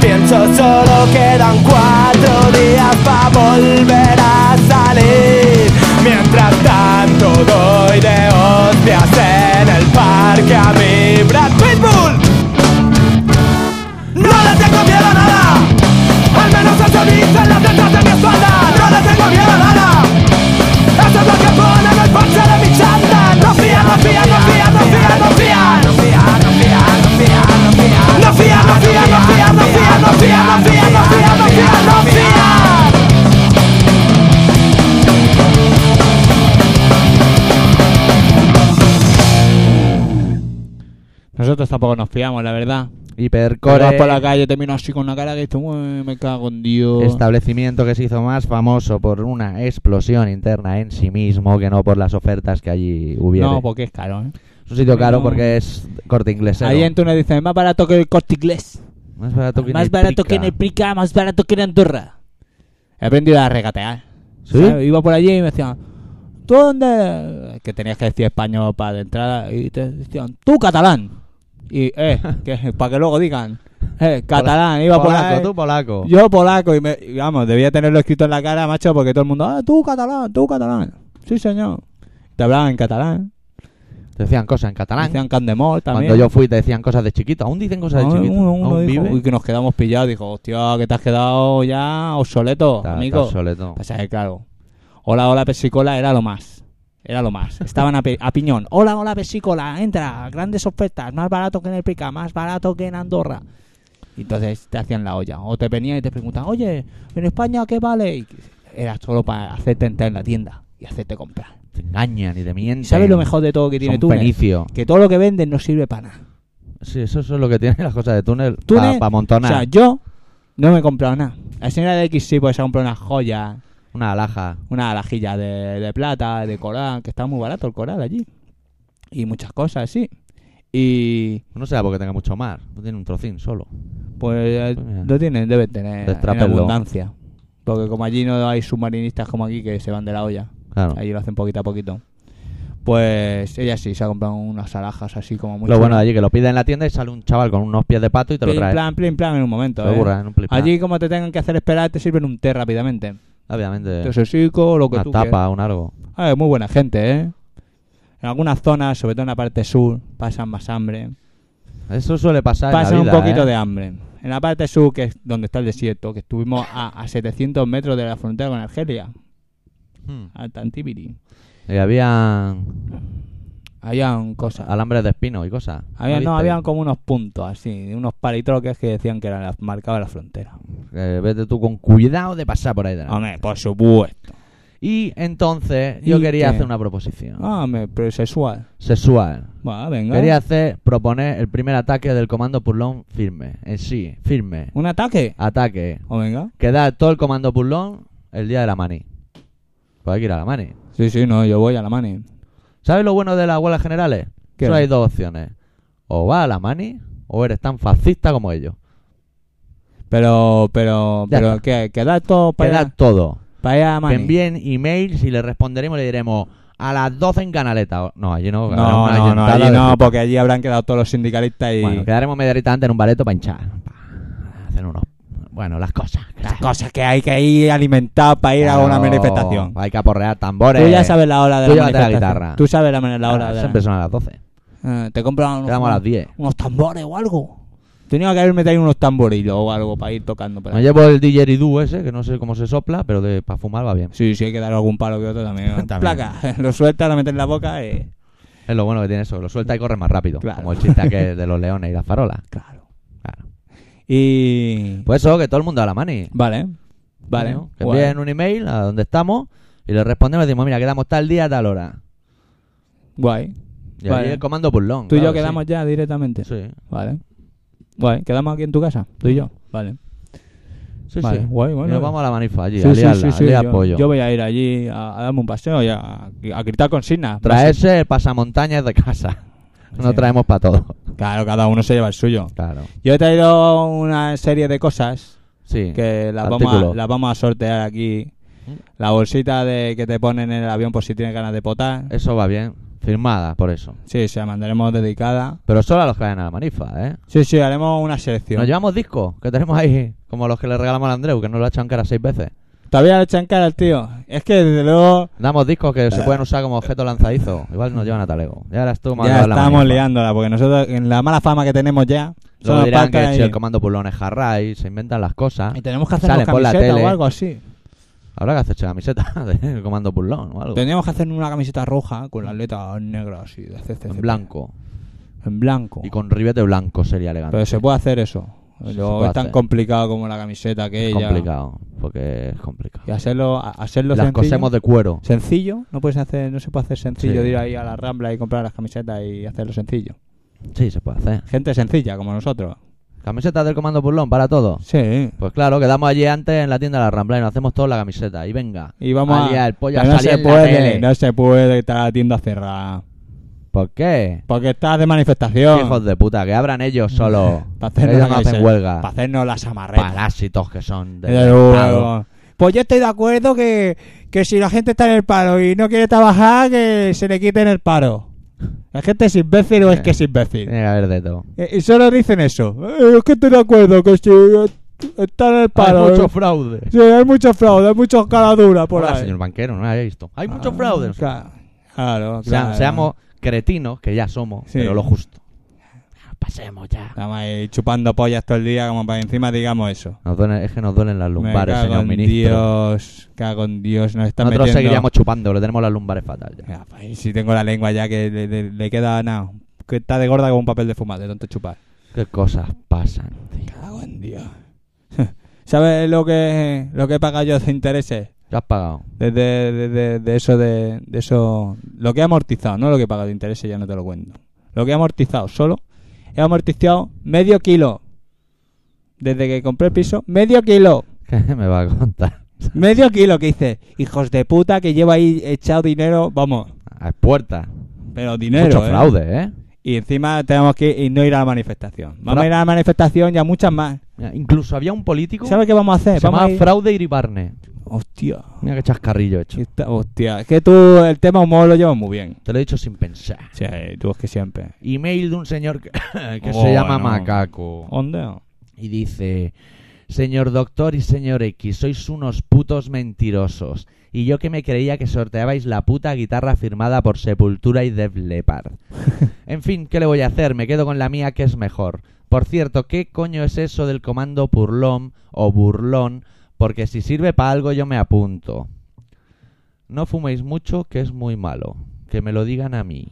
[SPEAKER 4] Pero solo quedan cuatro días para volver a salir. Mientras tanto doy de hostias en el parque a mi Brad Pitbull. No le tengo miedo a nada. Al menos eso dicen las letras de mi espalda. No le tengo miedo a nada. Eso es lo que pone en el parche de mi chanda. No fía, no fía, no fía, no fía, no fía. No fía, no fía, no fía, no fía. No fía, no fía, no fía, no fía, no fía, no fía, no fía, no fía, no fía.
[SPEAKER 3] Nosotros tampoco nos fiamos, la verdad. Te vas
[SPEAKER 2] Hipercore.
[SPEAKER 3] por la calle, te miro así con una cara que dices, "Ué, me cago en Dios.
[SPEAKER 2] Establecimiento que se hizo más famoso por una explosión interna en sí mismo que no por las ofertas que allí hubiera.
[SPEAKER 3] No, porque es caro, ¿eh?
[SPEAKER 2] es un sitio
[SPEAKER 3] no.
[SPEAKER 2] caro porque es corte inglés.
[SPEAKER 3] Ahí en Túnez dicen, más barato que el corte inglés.
[SPEAKER 2] Más barato que en
[SPEAKER 3] Más
[SPEAKER 2] el
[SPEAKER 3] barato
[SPEAKER 2] Prica.
[SPEAKER 3] que en el Prica, más barato que en Andorra. He aprendido a regatear.
[SPEAKER 2] ¿Sí?
[SPEAKER 3] ¿Sabes? Iba por allí y me decían, ¿tú dónde? Que tenías que decir español para la entrada. Y te decían, tú catalán. Y, eh, que- para que luego digan, eh, catalán, iba por
[SPEAKER 2] polaco,
[SPEAKER 3] ahí.
[SPEAKER 2] tú polaco.
[SPEAKER 3] Yo polaco y me, y vamos, debía tenerlo escrito en la cara, macho, porque todo el mundo, ah, tú catalán, tú catalán. Sí, señor. Te hablaban en catalán.
[SPEAKER 2] Te decían cosas en catalán.
[SPEAKER 3] Decían candemol también.
[SPEAKER 2] Cuando yo fui te decían cosas de chiquito. Aún dicen cosas de
[SPEAKER 3] Ah,
[SPEAKER 2] chiquito.
[SPEAKER 3] uno- uno
[SPEAKER 2] Aún
[SPEAKER 3] dijo,
[SPEAKER 2] vive.
[SPEAKER 3] uy, que nos quedamos pillados. Dijo, hostia, que te has quedado ya obsoleto,
[SPEAKER 2] Está- está
[SPEAKER 3] amigo.
[SPEAKER 2] obsoleto.
[SPEAKER 3] Pasa que, claro, hola, hola, pesicola era lo más. Era lo más. Estaban a, pi- a piñón. Hola, hola, pesicola, entra. Grandes ofertas. Más barato que en el Pica, más barato que en Andorra. Y entonces te hacían la olla. O te venían y te preguntaban, oye, ¿en España qué vale? Y era solo para hacerte entrar en la tienda y hacerte comprar.
[SPEAKER 2] Te engañan y te mienten.
[SPEAKER 3] ¿Y sabes lo mejor de todo que tiene
[SPEAKER 2] Son
[SPEAKER 3] Túnez?
[SPEAKER 2] fenicio.
[SPEAKER 3] Que todo lo que venden no sirve para nada.
[SPEAKER 2] Sí, eso es lo que tienen las cosas de túnel.
[SPEAKER 3] Túnez,
[SPEAKER 2] Para amontonar.
[SPEAKER 3] O sea, yo no me he comprado nada. La señora de X sí, pues se ha comprado una joya,
[SPEAKER 2] Una alhaja.
[SPEAKER 3] una alajilla de, de plata, de coral, que está muy barato el coral allí. Y muchas cosas, sí. Y
[SPEAKER 2] No será porque tenga mucho más. No tiene un trocín solo.
[SPEAKER 3] pues eh,
[SPEAKER 2] Pues mira.
[SPEAKER 3] lo tienen, deben tener en
[SPEAKER 2] Destrápenlo.
[SPEAKER 3] abundancia. Porque como allí no hay submarinistas como aquí que se van de la olla,
[SPEAKER 2] Claro.
[SPEAKER 3] allí lo hacen poquito a poquito. Pues ella sí, se ha comprado unas alhajas así como muy
[SPEAKER 2] lo bueno de
[SPEAKER 3] chulas.
[SPEAKER 2] allí que lo pide en la tienda y sale un chaval con unos pies de pato y te lo
[SPEAKER 3] Plin,
[SPEAKER 2] trae.
[SPEAKER 3] plan, plin, plan en un momento.
[SPEAKER 2] Se
[SPEAKER 3] eh.
[SPEAKER 2] burra en un plin plan.
[SPEAKER 3] Allí como te tengan que hacer esperar te sirven un té rápidamente.
[SPEAKER 2] Obviamente.
[SPEAKER 3] Te sosico, lo que
[SPEAKER 2] una
[SPEAKER 3] tú
[SPEAKER 2] tapa,
[SPEAKER 3] quieras.
[SPEAKER 2] un algo.
[SPEAKER 3] Ah, es muy buena gente, ¿eh? En algunas zonas, sobre todo en la parte sur, pasan más hambre.
[SPEAKER 2] Eso suele pasar. en la
[SPEAKER 3] Pasan un
[SPEAKER 2] vida,
[SPEAKER 3] poquito
[SPEAKER 2] ¿eh?
[SPEAKER 3] de hambre. En la parte sur, que es donde está el desierto, que estuvimos a, a 700 metros de la frontera con Argelia,
[SPEAKER 2] Hmm.
[SPEAKER 3] a Tantibiri.
[SPEAKER 2] Y había
[SPEAKER 3] Habían cosas.
[SPEAKER 2] alambres de espino y cosas.
[SPEAKER 3] Había, no,
[SPEAKER 2] Ah, viste?
[SPEAKER 3] habían como unos puntos así, unos palitroques que decían que era la, marcaba la frontera.
[SPEAKER 2] Que vete tú con cuidado de pasar por ahí. delante.
[SPEAKER 3] Hombre, por supuesto.
[SPEAKER 2] Y entonces yo
[SPEAKER 3] Ah. ¿Y Ah.
[SPEAKER 2] quería
[SPEAKER 3] qué?
[SPEAKER 2] hacer una proposición
[SPEAKER 3] Hombre, pero sexual.
[SPEAKER 2] sexual.
[SPEAKER 3] Va, venga.
[SPEAKER 2] Ah. Quería hacer, proponer el primer ataque del comando Purlón firme. En sí, firme.
[SPEAKER 3] ¿Un ataque?
[SPEAKER 2] Ataque.
[SPEAKER 3] O venga.
[SPEAKER 2] Que da todo el comando Purlón el día de la mani. Pues hay que ir a la mani.
[SPEAKER 3] Sí, sí, no, yo voy a la mani.
[SPEAKER 2] ¿Sabes lo bueno de las huelgas generales?
[SPEAKER 3] ¿Qué?
[SPEAKER 2] Solo hay dos opciones. O vas a la mani o eres tan fascista como ellos.
[SPEAKER 3] Pero, pero,
[SPEAKER 2] Ya
[SPEAKER 3] pero,
[SPEAKER 2] está.
[SPEAKER 3] ¿qué? ¿Qué da todo
[SPEAKER 2] Que
[SPEAKER 3] para
[SPEAKER 2] da
[SPEAKER 3] allá?
[SPEAKER 2] todo.
[SPEAKER 3] Para allá,
[SPEAKER 2] Que
[SPEAKER 3] mani?
[SPEAKER 2] envíen emails y le responderemos y le diremos a las 12 en Canaleta. O- No, allí no.
[SPEAKER 3] No,
[SPEAKER 2] habrá una
[SPEAKER 3] no, no,
[SPEAKER 2] gentada
[SPEAKER 3] allí
[SPEAKER 2] de-
[SPEAKER 3] no, pues porque allí habrán quedado todos los sindicalistas y.
[SPEAKER 2] Bueno, quedaremos media horita antes en un bareto para hinchar. Pa, Hacer unos... Bueno, las cosas.
[SPEAKER 3] Las cosas que hay que ir alimentadas para ir a una
[SPEAKER 2] Claro,
[SPEAKER 3] manifestación.
[SPEAKER 2] Hay que aporrear tambores.
[SPEAKER 3] Tú ya sabes la hora de
[SPEAKER 2] Tú
[SPEAKER 3] la
[SPEAKER 2] llévate la
[SPEAKER 3] manifestación.
[SPEAKER 2] guitarra.
[SPEAKER 3] Tú sabes la, la hora
[SPEAKER 2] Ah,
[SPEAKER 3] de la-
[SPEAKER 2] Siempre son a las 12.
[SPEAKER 3] Eh, Te compran unos,
[SPEAKER 2] Quedamos a las 10.
[SPEAKER 3] unos tambores o algo. Tenía que haberme traído unos tamborilos o algo para ir tocando. Pero...
[SPEAKER 2] Me llevo el didgeridoo ese, que no sé cómo se sopla, pero de, para fumar va bien.
[SPEAKER 3] Sí, sí, hay que dar algún palo que otro también.
[SPEAKER 2] También.
[SPEAKER 3] Placa, lo sueltas, lo metes en la boca eh, y.
[SPEAKER 2] Es lo bueno que tiene eso. Lo suelta y corre más rápido.
[SPEAKER 3] Claro.
[SPEAKER 2] Como el chiste que de los leones y las farolas.
[SPEAKER 3] Claro.
[SPEAKER 2] Claro.
[SPEAKER 3] Y.
[SPEAKER 2] Pues eso, que todo el mundo a la mani.
[SPEAKER 3] Vale. Vale.
[SPEAKER 2] Bueno, que
[SPEAKER 3] Guay.
[SPEAKER 2] envíen un email a donde estamos y le respondemos y decimos, mira, quedamos tal día, a tal hora.
[SPEAKER 3] Guay.
[SPEAKER 2] Y ahí
[SPEAKER 3] Vale.
[SPEAKER 2] el comando purlón.
[SPEAKER 3] Tú y yo
[SPEAKER 2] claro que
[SPEAKER 3] quedamos ya directamente.
[SPEAKER 2] Sí, sí.
[SPEAKER 3] Vale. Guay, quedamos aquí en tu casa, tú y yo. Vale.
[SPEAKER 2] sí,
[SPEAKER 3] Vale,
[SPEAKER 2] sí.
[SPEAKER 3] guay, bueno.
[SPEAKER 2] y nos vamos a la manifa allí,
[SPEAKER 3] Sí,
[SPEAKER 2] a
[SPEAKER 3] sí,
[SPEAKER 2] liarla,
[SPEAKER 3] sí, sí,
[SPEAKER 2] a liar
[SPEAKER 3] yo,
[SPEAKER 2] pollo.
[SPEAKER 3] yo voy a ir allí a, a darme un paseo y a, a gritar consignas.
[SPEAKER 2] Traerse el pasamontañas de casa. No
[SPEAKER 3] Sí.
[SPEAKER 2] traemos para todo.
[SPEAKER 3] Claro, cada uno se lleva el suyo.
[SPEAKER 2] Claro.
[SPEAKER 3] Yo he traído una serie de cosas
[SPEAKER 2] Sí.
[SPEAKER 3] que las vamos, a,
[SPEAKER 2] Artículo.
[SPEAKER 3] las vamos a sortear aquí. La bolsita de que te ponen en el avión por si tienes ganas de potar.
[SPEAKER 2] Eso va bien. Firmada, por eso.
[SPEAKER 3] Sí, se la mandaremos dedicada.
[SPEAKER 2] Pero solo a los que vayan a la manifa, ¿eh?
[SPEAKER 3] Sí, sí, haremos una selección.
[SPEAKER 2] Nos llevamos discos que tenemos ahí. Como los que le regalamos a Andreu, que nos lo ha echado en cara seis veces.
[SPEAKER 3] Todavía lo echan cara al tío. Es que desde luego
[SPEAKER 2] Damos discos que se pueden usar como objeto lanzadizo. Igual nos llevan a Talego. Ya verás tú, madre
[SPEAKER 3] ya
[SPEAKER 2] de la
[SPEAKER 3] estamos
[SPEAKER 2] mañana.
[SPEAKER 3] liándola, porque nosotros en la mala fama que tenemos ya
[SPEAKER 2] Luego
[SPEAKER 3] somos
[SPEAKER 2] dirán
[SPEAKER 3] parte
[SPEAKER 2] que
[SPEAKER 3] de-
[SPEAKER 2] si el comando pulón es Harry, se inventan las cosas.
[SPEAKER 3] y tenemos que hacer
[SPEAKER 2] salen por la
[SPEAKER 3] camiseta
[SPEAKER 2] tele.
[SPEAKER 3] o algo así.
[SPEAKER 2] Habrá que hacerse camiseta de comando pulón o algo.
[SPEAKER 3] Tendríamos que hacer una camiseta roja con las letras negras así de CCCP.
[SPEAKER 2] En blanco.
[SPEAKER 3] En blanco.
[SPEAKER 2] Y con ribete blanco sería elegante.
[SPEAKER 3] Pero se puede hacer eso.
[SPEAKER 2] Sí, se
[SPEAKER 3] Luego
[SPEAKER 2] puede
[SPEAKER 3] es tan
[SPEAKER 2] hacer.
[SPEAKER 3] complicado como la camiseta que
[SPEAKER 2] es
[SPEAKER 3] ella.
[SPEAKER 2] complicado. Porque es complicado.
[SPEAKER 3] Y hacerlo, a- hacerlo
[SPEAKER 2] las
[SPEAKER 3] sencillo.
[SPEAKER 2] cosemos de cuero.
[SPEAKER 3] Sencillo, no puedes hacer, no se puede hacer sencillo
[SPEAKER 2] Sí.
[SPEAKER 3] de ir ahí a la rambla y comprar las camisetas y hacerlo sencillo.
[SPEAKER 2] Sí, se puede hacer.
[SPEAKER 3] Gente sencilla como nosotros.
[SPEAKER 2] Camisetas del comando pulón para todos.
[SPEAKER 3] Sí.
[SPEAKER 2] Pues claro, quedamos allí antes en la tienda de la Rambla y nos hacemos todos la camiseta. Y venga.
[SPEAKER 3] Y vamos
[SPEAKER 2] a liar el pollo
[SPEAKER 3] Pero
[SPEAKER 2] a
[SPEAKER 3] no
[SPEAKER 2] salir
[SPEAKER 3] se
[SPEAKER 2] en la
[SPEAKER 3] puede,
[SPEAKER 2] tele.
[SPEAKER 3] no se puede estar la tienda cerrada.
[SPEAKER 2] ¿Por qué?
[SPEAKER 3] Porque estás de manifestación.
[SPEAKER 2] Hijos de puta, que abran ellos solo.
[SPEAKER 3] Para hacernos,
[SPEAKER 2] ellos no
[SPEAKER 3] la
[SPEAKER 2] hacen
[SPEAKER 3] camiseta,
[SPEAKER 2] huelga.
[SPEAKER 3] pa' hacernos las amarretas.
[SPEAKER 2] Parásitos que son. de-
[SPEAKER 3] Desde luego. Pues yo estoy de acuerdo que, que si la gente está en el paro y no quiere trabajar, que se le quiten el paro. La gente es imbécil o es
[SPEAKER 2] Eh,
[SPEAKER 3] que es imbécil.
[SPEAKER 2] Tiene que haber de todo.
[SPEAKER 3] Eh, Y solo dicen eso. Eh, Es que estoy de acuerdo que si eh, está en el paro.
[SPEAKER 2] Hay mucho
[SPEAKER 3] eh,
[SPEAKER 2] fraude.
[SPEAKER 3] sí, hay mucho fraude, hay muchos caraduras por
[SPEAKER 2] Hola,
[SPEAKER 3] ahí.
[SPEAKER 2] señor banquero, no lo había visto. Hay mucho
[SPEAKER 3] Ah,
[SPEAKER 2] fraude.
[SPEAKER 3] Claro, claro.
[SPEAKER 2] O sea, Seamos cretinos, que ya somos,
[SPEAKER 3] Sí.
[SPEAKER 2] pero lo justo. Ah, Pasemos ya.
[SPEAKER 3] Estamos ahí chupando pollas todo el día como para encima digamos eso.
[SPEAKER 2] Nos duelen- es que nos duelen las lumbares,
[SPEAKER 3] Me cago
[SPEAKER 2] señor
[SPEAKER 3] en
[SPEAKER 2] ministro.
[SPEAKER 3] Dios, cago en Dios, nos están
[SPEAKER 2] Nosotros
[SPEAKER 3] metiendo...
[SPEAKER 2] seguiríamos chupando, le tenemos las lumbares fatal. ya.
[SPEAKER 3] Ya, pues, si tengo la lengua ya que le, le- le queda nada. Que está de gorda como un papel de fumar, de tanto chupar.
[SPEAKER 2] Qué cosas pasan, tío.
[SPEAKER 3] Cago en Dios. ¿Sabes lo que, lo que he pagado yo de intereses?
[SPEAKER 2] Ya has pagado.
[SPEAKER 3] Desde de, de- de eso, de, de eso. Lo que he amortizado, no lo que he pagado de intereses, ya no te lo cuento. Lo que he amortizado solo, he amortizado medio kilo. Desde que compré el piso, medio kilo.
[SPEAKER 2] ¿Qué me va a contar?
[SPEAKER 3] Medio kilo que hice. Hijos de puta que llevo ahí echado dinero, vamos.
[SPEAKER 2] A puertas.
[SPEAKER 3] Pero dinero.
[SPEAKER 2] Mucho
[SPEAKER 3] ¿eh?
[SPEAKER 2] fraude, ¿eh?
[SPEAKER 3] Y encima tenemos que ir- no ir a la manifestación. Vamos
[SPEAKER 2] Fra-
[SPEAKER 3] a ir a la manifestación y a muchas más.
[SPEAKER 2] Mira, incluso había un político
[SPEAKER 3] ¿Sabes qué vamos a hacer?
[SPEAKER 2] que se
[SPEAKER 3] Vamos a
[SPEAKER 2] llamaba
[SPEAKER 3] ir-
[SPEAKER 2] Fraude Iribarne.
[SPEAKER 3] Hostia.
[SPEAKER 2] Mira qué chascarrillo he hecho.
[SPEAKER 3] que está- Hostia. Es que tú el tema humor lo llevas muy bien.
[SPEAKER 2] Te lo he dicho sin pensar.
[SPEAKER 3] Sí, tú es que siempre.
[SPEAKER 2] Email de un señor que, que
[SPEAKER 3] Oh,
[SPEAKER 2] se llama
[SPEAKER 3] no.
[SPEAKER 2] Macaco.
[SPEAKER 3] ¿Dónde?
[SPEAKER 2] Y dice, señor doctor y señor X, sois unos putos mentirosos. Y yo que me creía que sorteabais la puta guitarra firmada por Sepultura y Def Leppard. en fin, ¿qué le voy a hacer? Me quedo con la mía que es mejor. Por cierto, ¿qué coño es eso del comando burlón o burlón? Porque si sirve para algo yo me apunto. No fuméis mucho, que es muy malo. Que me lo digan a mí.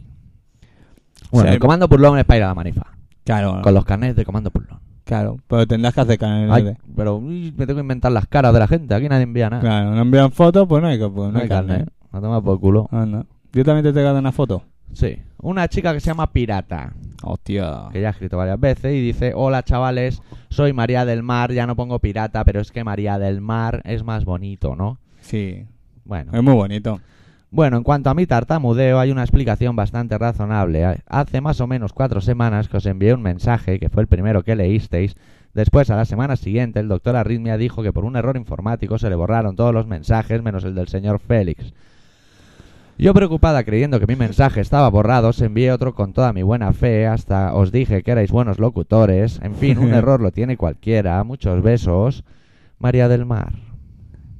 [SPEAKER 2] Bueno,
[SPEAKER 3] Sí. Ah.
[SPEAKER 2] el comando burlón es para ir a la manifa.
[SPEAKER 3] Claro,
[SPEAKER 2] Con los carnets de comando burlón.
[SPEAKER 3] claro. Pero tendrás que hacer canales.
[SPEAKER 2] Ay,
[SPEAKER 3] de-
[SPEAKER 2] pero uy, me tengo que inventar las caras de la gente. Aquí nadie envía nada.
[SPEAKER 3] Claro, no envían fotos, pues no hay, que- pues no hay carne.
[SPEAKER 2] ¿eh?
[SPEAKER 3] Ah.
[SPEAKER 2] A tomar por culo.
[SPEAKER 3] Anda. Yo también te tengo que dar una foto.
[SPEAKER 2] Sí. Una chica que se llama Pirata,
[SPEAKER 3] Hostia.
[SPEAKER 2] que ya ha escrito varias veces y dice: Hola chavales, soy María del Mar. Ya no pongo pirata, pero es que María del Mar es más bonito, ¿no?
[SPEAKER 3] Sí.
[SPEAKER 2] Bueno.
[SPEAKER 3] Es muy bonito.
[SPEAKER 2] Bueno, en cuanto a mi tartamudeo, hay una explicación bastante razonable. Eh, Hace más o menos cuatro semanas que os envié un mensaje, que fue el primero que leísteis. Después, a la semana siguiente, el doctor Arritmia dijo que por un error informático se le borraron todos los mensajes menos el del señor Félix. Yo preocupada creyendo que mi mensaje estaba borrado, os envié otro con toda mi buena fe, hasta os dije que erais buenos locutores. En fin, un error lo tiene cualquiera. Muchos besos. María del Mar.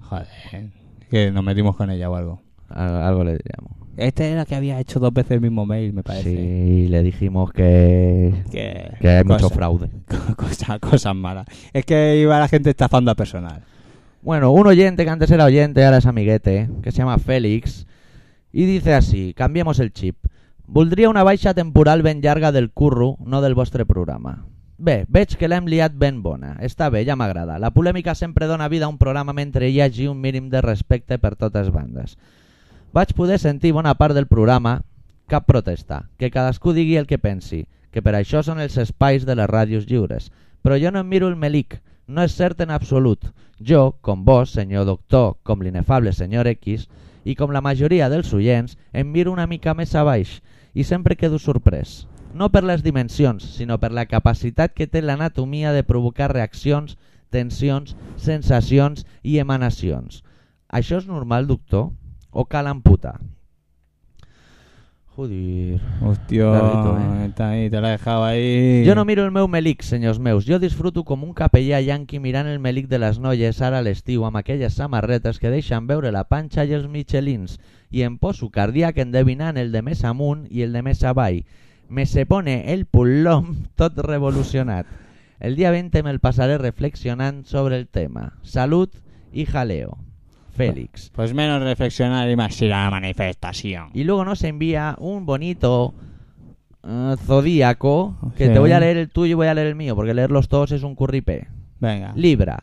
[SPEAKER 3] Joder. Que nos metimos con ella o algo.
[SPEAKER 2] Al- Algo le diríamos.
[SPEAKER 3] Este era que había hecho dos veces el mismo mail, me parece.
[SPEAKER 2] Sí, le dijimos que
[SPEAKER 3] Que,
[SPEAKER 2] Que hay mucho
[SPEAKER 3] cosa-
[SPEAKER 2] fraude.
[SPEAKER 3] Cosas, cosas malas. Es que iba la gente estafando a personal.
[SPEAKER 2] Bueno, un oyente que antes era oyente, ahora es amiguete, que se llama Félix, y dice así, cambiemos el chip. Voldria una baixa temporal ben llarga del curro, no del vostre programa. Bé, veig que l'hem liat ben bona. Està bé, ja m'agrada. La polèmica sempre dona vida a un programa mentre hi hagi un mínim de respecte per totes bandes. Vaig poder sentir bona part del programa, cap protesta, que cadascú digui el que pensi, que per això són els espais de les ràdios lliures. Però jo no em miro el melic, no és cert en absolut. Jo, com vos, senyor doctor, com l'inefable senyor X, i com la majoria dels oients, em miro una mica més a baix i sempre quedo sorprès. No per les dimensions, sinó per la capacitat que té l'anatomia de provocar reaccions, tensions, sensacions i emanacions. Això és normal, doctor? O calen puta? Joder.
[SPEAKER 3] Hòstia,
[SPEAKER 2] Larguito, eh?
[SPEAKER 3] está ahí, te la he dejado ahí.
[SPEAKER 2] Jo no miro el meu melic, senyors meus. Jo disfruto com un capellà yanqui mirant el melic de les noies ara a l'estiu amb aquelles samarretes que deixen veure la panxa i els michelins i em poso cardíac endevinant el de més amunt i el de més avall. Me se pone el pullom tot revolucionat. El dia 20 me'l passaré reflexionant sobre el tema. Salut i jaleo. Félix.
[SPEAKER 3] Pues menos reflexionar y más ir a la manifestación.
[SPEAKER 2] Y luego nos envía un bonito eh, zodíaco, que te
[SPEAKER 3] Sí.
[SPEAKER 2] voy a leer el tuyo y voy a leer el mío, porque leerlos todos es un curripé.
[SPEAKER 3] Venga.
[SPEAKER 2] Libra.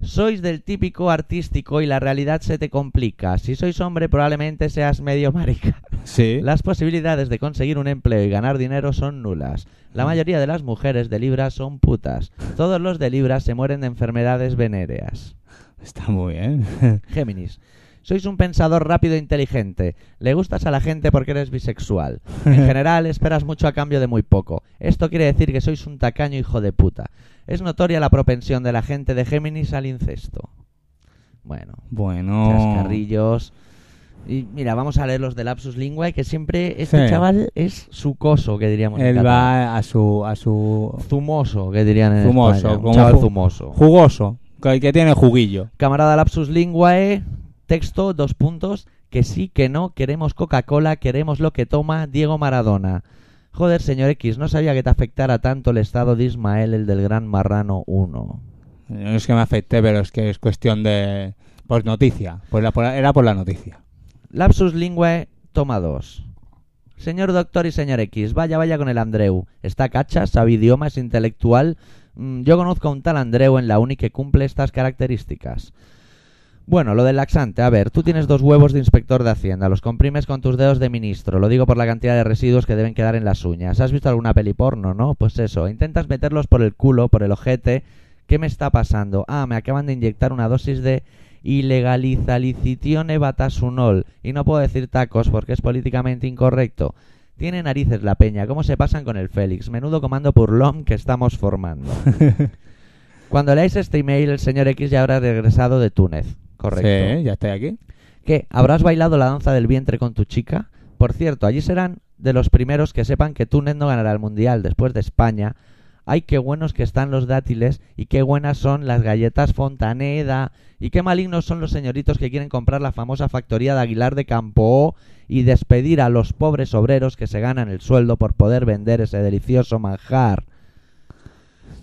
[SPEAKER 2] Sois del típico artístico y la realidad se te complica. Si sois hombre probablemente seas medio marica.
[SPEAKER 3] Sí.
[SPEAKER 2] Las posibilidades de conseguir un empleo y ganar dinero son nulas.
[SPEAKER 3] Mm.
[SPEAKER 2] La mayoría de las mujeres de Libra son putas. Todos los de Libra se mueren de enfermedades venéreas.
[SPEAKER 3] Está muy bien.
[SPEAKER 2] Géminis. Sois un pensador rápido e inteligente. Le gustas a la gente porque eres bisexual. En general, esperas mucho a cambio de muy poco. Esto quiere decir que sois un tacaño hijo de puta. Es notoria la propensión de la gente de Géminis al incesto. Bueno,
[SPEAKER 3] bueno.
[SPEAKER 2] chascarrillos. Y mira, vamos a leer los de Lapsus Lingua, que siempre este
[SPEAKER 3] Sí.
[SPEAKER 2] chaval es sucoso, que diríamos. en
[SPEAKER 3] Él
[SPEAKER 2] catalán.
[SPEAKER 3] va a su a su
[SPEAKER 2] Zumoso, que dirían en
[SPEAKER 3] Zumoso,
[SPEAKER 2] España. Un
[SPEAKER 3] como
[SPEAKER 2] chaval
[SPEAKER 3] ju-
[SPEAKER 2] zumoso.
[SPEAKER 3] jugoso, que, que tiene juguillo.
[SPEAKER 2] Camarada Lapsus Linguae, texto, dos puntos, que sí, que no, queremos Coca-Cola, queremos lo que toma Diego Maradona. Joder, señor X, no sabía que te afectara tanto el estado de Ismael, el del gran marrano 1.
[SPEAKER 3] No es que me afecte, pero es que es cuestión de por noticia, por la- por la- era por la noticia.
[SPEAKER 2] Lapsus Linguae, toma 2. Señor doctor y señor X, vaya, vaya con el Andreu. Está cacha, sabe idiomas, intelectual. Mm, Yo conozco a un tal Andreu en la uni que cumple estas características. Bueno, lo del laxante. A ver, tú tienes dos huevos de inspector de Hacienda. Los comprimes con tus dedos de ministro. Lo digo por la cantidad de residuos que deben quedar en las uñas. ¿Has visto alguna peli porno, no? Pues eso. Intentas meterlos por el culo, por el ojete. ¿Qué me está pasando? Ah, me acaban de inyectar una dosis de ilegalizalicition batasunol. Y no puedo decir tacos porque es políticamente incorrecto. Tiene narices la peña. ¿Cómo se pasan con el Félix? Menudo comando purlón que estamos formando. Cuando leáis este email, el señor X ya habrá regresado de Túnez. Correcto.
[SPEAKER 3] Sí, ya estoy aquí.
[SPEAKER 2] ¿Qué? ¿Habrás bailado la danza del vientre con tu chica? Por cierto, allí serán de los primeros que sepan que Túnez no ganará el Mundial después de España. Ay, qué buenos que están los dátiles y qué buenas son las galletas Fontaneda y qué malignos son los señoritos que quieren comprar la famosa factoría de Aguilar de Campoó y despedir a los pobres obreros que se ganan el sueldo por poder vender ese delicioso manjar.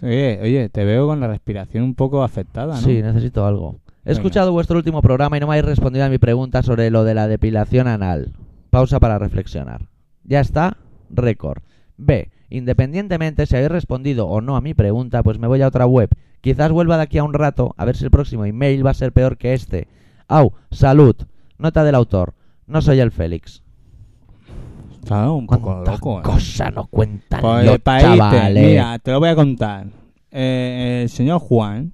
[SPEAKER 3] Oye, oye, te veo con la respiración un poco afectada, ¿no?
[SPEAKER 2] Sí, necesito algo. He
[SPEAKER 3] Venga.
[SPEAKER 2] escuchado vuestro último programa y no me habéis respondido a mi pregunta sobre lo de la depilación anal. Pausa para reflexionar. Ya está, récord. B. Independientemente si habéis respondido o no a mi pregunta, pues me voy a otra web. Quizás vuelva de aquí a un rato a ver si el próximo email va a ser peor que este. Au, salud. Nota del autor. No soy el Félix.
[SPEAKER 3] Está un poco
[SPEAKER 2] ¿Cuánta
[SPEAKER 3] loco. ¿eh?
[SPEAKER 2] cosa no cuentan
[SPEAKER 3] Pues
[SPEAKER 2] los
[SPEAKER 3] pa' irte,
[SPEAKER 2] chavales?
[SPEAKER 3] mira, te lo voy a contar. Eh, el señor Juan,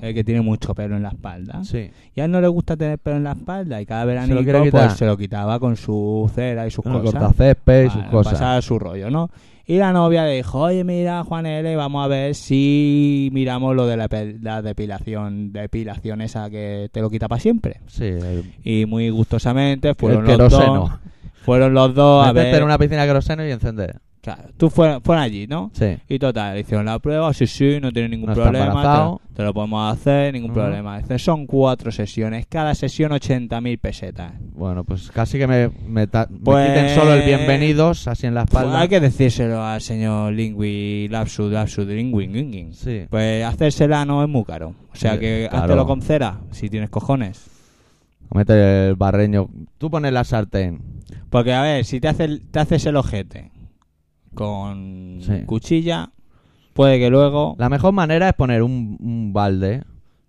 [SPEAKER 3] el que tiene mucho pelo en la espalda,
[SPEAKER 2] Sí.
[SPEAKER 3] y a él no le gusta tener pelo en la espalda y cada verano
[SPEAKER 2] quiere quitar.
[SPEAKER 3] se lo quitaba con su cera y sus
[SPEAKER 2] Con el
[SPEAKER 3] cosas.
[SPEAKER 2] cortacésped y sus
[SPEAKER 3] Vale,
[SPEAKER 2] cosas.
[SPEAKER 3] pasaba su rollo, ¿no? Y la novia le dijo, oye, mira, Juan L., vamos a ver si miramos lo de la, pe- la depilación, depilación esa que te lo quita para siempre.
[SPEAKER 2] Sí, el,
[SPEAKER 3] Y muy gustosamente
[SPEAKER 2] el
[SPEAKER 3] fueron los dos.
[SPEAKER 2] queroseno.
[SPEAKER 3] Fueron los dos a
[SPEAKER 2] Meterte
[SPEAKER 3] ver.
[SPEAKER 2] en una piscina de queroseno y encender.
[SPEAKER 3] Claro, tú fueron, fueron allí, ¿no?
[SPEAKER 2] Sí.
[SPEAKER 3] Y total, le hicieron la prueba, sí, sí, no tiene ningún
[SPEAKER 2] No está
[SPEAKER 3] problema, te
[SPEAKER 2] embarazado.
[SPEAKER 3] lo, te lo podemos hacer, ningún
[SPEAKER 2] Ujú.
[SPEAKER 3] problema. Dice, son cuatro sesiones, cada sesión 80.000 pesetas.
[SPEAKER 2] Bueno, pues casi que me, me ta- me
[SPEAKER 3] Pues-
[SPEAKER 2] quiten solo el bienvenidos así en la
[SPEAKER 3] Pues
[SPEAKER 2] espalda.
[SPEAKER 3] hay que decírselo al señor Lingui, Lapsu, Lapsu, Lingui, Lingui.
[SPEAKER 2] Sí.
[SPEAKER 3] Pues hacérsela no es muy caro. O sea
[SPEAKER 2] Sí,
[SPEAKER 3] que
[SPEAKER 2] claro.
[SPEAKER 3] háztelo con cera, si tienes cojones.
[SPEAKER 2] Mete el barreño. Tú pones la sartén.
[SPEAKER 3] Porque a ver, si te, hace, el- te haces el ojete con
[SPEAKER 2] Sí.
[SPEAKER 3] cuchilla, puede que luego...
[SPEAKER 2] La mejor manera es poner un, un balde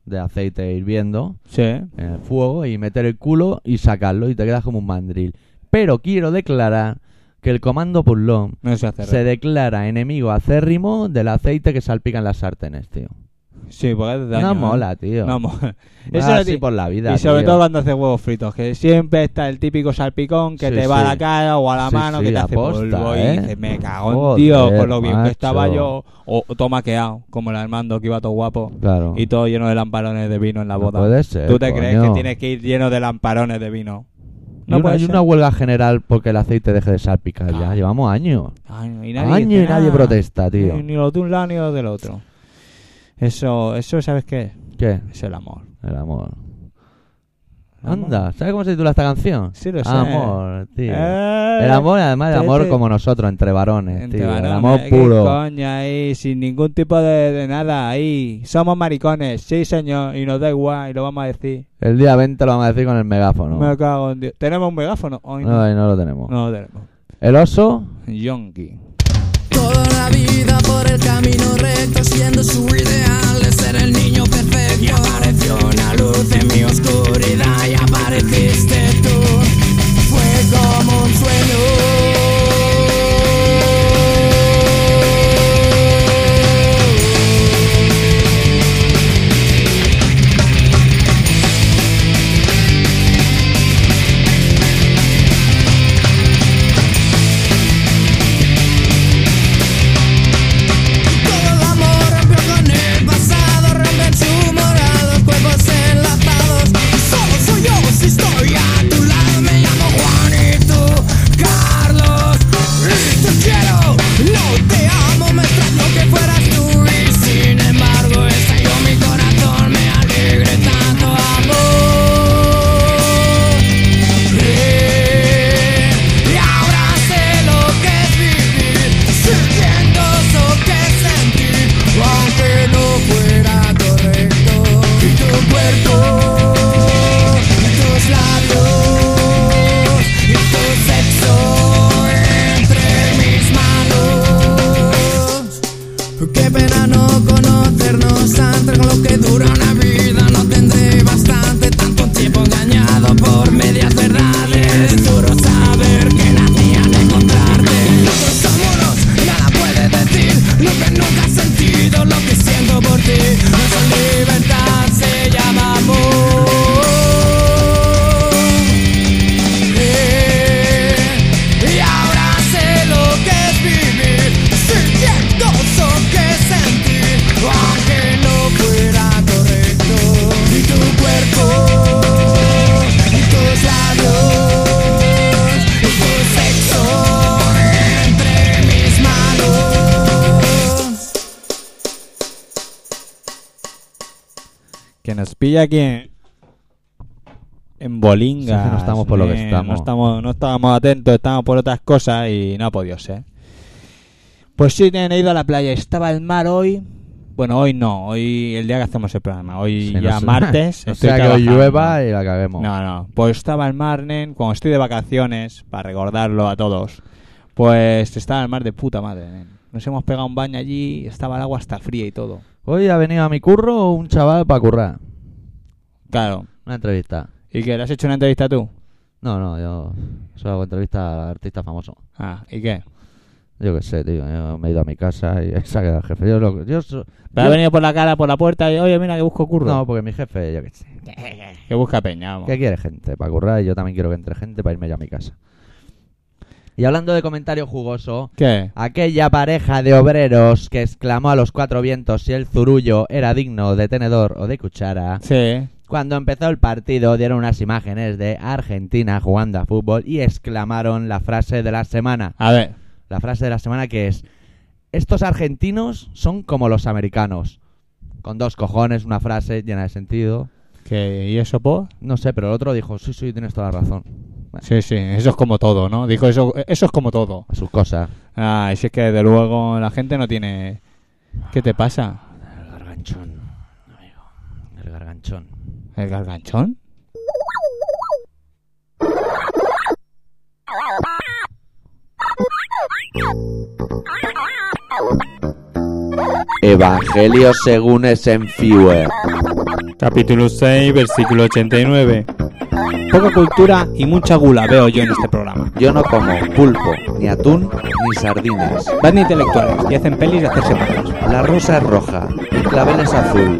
[SPEAKER 2] de aceite hirviendo
[SPEAKER 3] Sí.
[SPEAKER 2] en el fuego y meter el culo y sacarlo y te quedas como un mandril. Pero quiero declarar que el comando Pullón
[SPEAKER 3] No se hace
[SPEAKER 2] se declara enemigo acérrimo del aceite que salpican las sartenes, tío.
[SPEAKER 3] Sí, porque hace daño.
[SPEAKER 2] no
[SPEAKER 3] ¿eh?
[SPEAKER 2] mola, tío.
[SPEAKER 3] No mola.
[SPEAKER 2] Va
[SPEAKER 3] Eso no
[SPEAKER 2] así
[SPEAKER 3] ti-
[SPEAKER 2] por la vida.
[SPEAKER 3] y sobre
[SPEAKER 2] tío.
[SPEAKER 3] todo cuando haces huevos fritos, que siempre está el típico salpicón que
[SPEAKER 2] Sí,
[SPEAKER 3] te va
[SPEAKER 2] sí.
[SPEAKER 3] a la cara o a la
[SPEAKER 2] Sí,
[SPEAKER 3] mano,
[SPEAKER 2] sí,
[SPEAKER 3] que te
[SPEAKER 2] la
[SPEAKER 3] hace
[SPEAKER 2] posta,
[SPEAKER 3] polvo
[SPEAKER 2] ¿eh?
[SPEAKER 3] y dices, me cago
[SPEAKER 2] Joder,
[SPEAKER 3] en tío, con lo bien
[SPEAKER 2] macho.
[SPEAKER 3] que estaba yo, o, o todo maqueado, como el Armando que iba todo guapo,
[SPEAKER 2] Claro.
[SPEAKER 3] y todo lleno de lamparones de vino en la
[SPEAKER 2] No
[SPEAKER 3] boda.
[SPEAKER 2] puede ser,
[SPEAKER 3] ¿Tú te crees que
[SPEAKER 2] Eh, coño.
[SPEAKER 3] tienes que ir lleno de lamparones de vino? No
[SPEAKER 2] y una,
[SPEAKER 3] puede
[SPEAKER 2] y
[SPEAKER 3] ser.
[SPEAKER 2] una huelga general porque el aceite deje de salpicar ya.
[SPEAKER 3] Ah.
[SPEAKER 2] Llevamos años.
[SPEAKER 3] Ay, y
[SPEAKER 2] Años
[SPEAKER 3] dice
[SPEAKER 2] y nadie
[SPEAKER 3] nada.
[SPEAKER 2] protesta, tío.
[SPEAKER 3] Ni, ni los de un lado ni los del otro. Eso, eso ¿sabes qué? es?
[SPEAKER 2] ¿Qué?
[SPEAKER 3] Es el amor.
[SPEAKER 2] El amor.
[SPEAKER 3] El amor.
[SPEAKER 2] Anda, ¿sabes cómo se titula esta canción?
[SPEAKER 3] Sí, lo sé.
[SPEAKER 2] Amor, tío.
[SPEAKER 3] Eh,
[SPEAKER 2] El amor, además, el
[SPEAKER 3] Te-
[SPEAKER 2] amor
[SPEAKER 3] te-
[SPEAKER 2] como nosotros, entre varones,
[SPEAKER 3] entre
[SPEAKER 2] tío.
[SPEAKER 3] varones,
[SPEAKER 2] el amor
[SPEAKER 3] eh, ¿qué
[SPEAKER 2] puro.
[SPEAKER 3] coño ahí? Sin ningún tipo de, de nada ahí. Somos maricones, sí señor, y nos da igual, y lo vamos a decir.
[SPEAKER 2] El día 20 lo vamos a decir con el megáfono.
[SPEAKER 3] Me cago en Dios. ¿Tenemos un megáfono? Hoy no.
[SPEAKER 2] No, ahí no lo tenemos.
[SPEAKER 3] No lo tenemos.
[SPEAKER 2] El oso,
[SPEAKER 3] Yonki.
[SPEAKER 5] Toda la vida por el camino recto, siendo su ideal de ser el niño perfecto. Y apareció una luz en mi oscuridad y apareciste tú. Fue como un sueño. Todo el amor rompió con el pasado, rompen su morado, cuerpos enlatados. Solo soy yo si estoy a tu lado. Me llamo Juan y tú, Carlos. Y te quiero, no te amo, me extraño que fueras tú. Y sin embargo, estalló mi corazón, me alegre tanto amor. Y ahora sé lo que es vivir, sintiendo lo que sentir, aunque no fuera correcto. Y tu cuerpo, y tus labios, y tu sexo entre mis manos. Qué pena no conocernos antes con lo que dura una vida No tendré bastante, tanto tiempo engañado por medias verdades Es duro saber que nadie al encontrarte Nosotros somos unos, nada puede decir Lo que nunca has sentido, lo que siento por ti Nuestra libertad se llama amor y ahora sé lo que es vivir Sintiendo lo que sentir Aunque no fuera correcto Y tu cuerpo Y tus labios Y tu sexo Entre mis manos
[SPEAKER 3] Que nos pilla aquí en, en bolinga.
[SPEAKER 2] Sí, sí, no estamos por lo que estamos.
[SPEAKER 3] No, estamos. no estábamos atentos, estábamos por otras cosas y no ha podido ser. Pues sí, nene, he ido a la playa. Estaba el mar hoy. Bueno, hoy no, hoy el día que hacemos el programa. Hoy
[SPEAKER 2] Sí, no
[SPEAKER 3] ya
[SPEAKER 2] sé-
[SPEAKER 3] martes.
[SPEAKER 2] o
[SPEAKER 3] estoy
[SPEAKER 2] sea que hoy
[SPEAKER 3] trabajando.
[SPEAKER 2] llueva y la caguemos.
[SPEAKER 3] No, no. Pues estaba el mar, nen, cuando estoy de vacaciones, para recordarlo a todos, pues estaba el mar de puta madre, nen. Nos hemos pegado un baño allí, estaba el agua hasta fría y todo.
[SPEAKER 2] Hoy ha venido a mi curro un chaval para currar.
[SPEAKER 3] Claro.
[SPEAKER 2] Una entrevista.
[SPEAKER 3] ¿Y qué? ¿Le has hecho una entrevista tú?
[SPEAKER 2] No, no, yo solo hago entrevista a artistas famosos.
[SPEAKER 3] Ah, ¿y qué?
[SPEAKER 2] Yo qué sé, tío. Yo me he ido a mi casa y se ha quedado el jefe. Yo lo, yo so-
[SPEAKER 3] ¿Te ha venido por la cara, por la puerta y, oye, mira, que busco curro?
[SPEAKER 2] No, porque mi jefe, yo qué sé.
[SPEAKER 3] Que busca peña, vamos.
[SPEAKER 2] Que quiere gente para currar y yo también quiero que entre gente para irme yo a mi casa. Y hablando de comentarios jugosos,
[SPEAKER 3] ¿Qué?
[SPEAKER 2] aquella pareja de obreros que exclamó a los cuatro vientos si el zurullo era digno de tenedor o de cuchara.
[SPEAKER 3] Sí.
[SPEAKER 2] Cuando empezó el partido dieron unas imágenes de Argentina jugando a fútbol y exclamaron la frase de la semana.
[SPEAKER 3] A ver.
[SPEAKER 2] La frase de la semana que es, estos argentinos son como los americanos. Con dos cojones, una frase llena de sentido.
[SPEAKER 3] ¿Qué? ¿Y eso por?
[SPEAKER 2] No sé, pero el otro dijo, sí, sí, tienes toda la razón. Bueno,
[SPEAKER 3] Sí, sí, eso es como todo, ¿no? Dijo eso, eso es como todo.
[SPEAKER 2] a sus cosas.
[SPEAKER 3] Ah, y si es que de luego la gente no tiene... ¿Qué te pasa?
[SPEAKER 2] El garganchón, amigo. El garganchón.
[SPEAKER 3] ¿El garganchón?
[SPEAKER 2] Evangelio según es en Fiue.
[SPEAKER 6] Capítulo 6, versículo 89.
[SPEAKER 3] Poca cultura y mucha gula veo yo en este programa.
[SPEAKER 2] Yo no como pulpo, ni atún, ni sardinas.
[SPEAKER 3] Van de intelectuales y hacen pelis de hacerse malos.
[SPEAKER 2] La rosa es roja, el clavel es azul.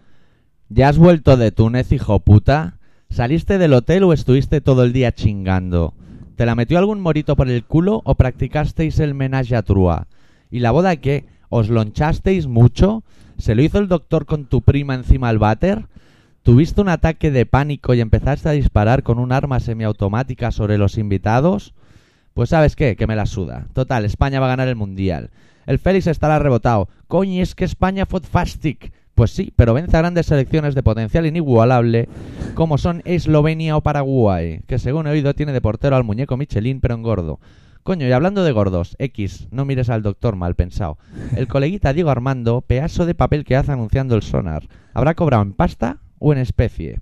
[SPEAKER 2] ¿Ya has vuelto de Túnez, hijo puta? ¿Saliste del hotel o estuviste todo el día chingando? ¿Te la metió algún morito por el culo o practicasteis el menaje a Trua? ¿Y la boda qué? ¿Os lonchasteis mucho? ¿Se lo hizo el doctor con tu prima encima al váter? ¿Tuviste un ataque de pánico y empezaste a disparar con un arma semiautomática sobre los invitados? Pues sabes qué, que me la suda. Total, España va a ganar el Mundial. El Félix estará rebotado. Coño, es que España fue fastic. Pues sí, pero vence a grandes selecciones de potencial inigualable como son Eslovenia o Paraguay, que según he oído tiene de portero al muñeco Michelin pero en gordo. Coño, y hablando de gordos, X, no mires al doctor mal pensado. El coleguita Diego Armando, pedazo de papel que hace anunciando el sonar. ¿Habrá cobrado en pasta o en especie?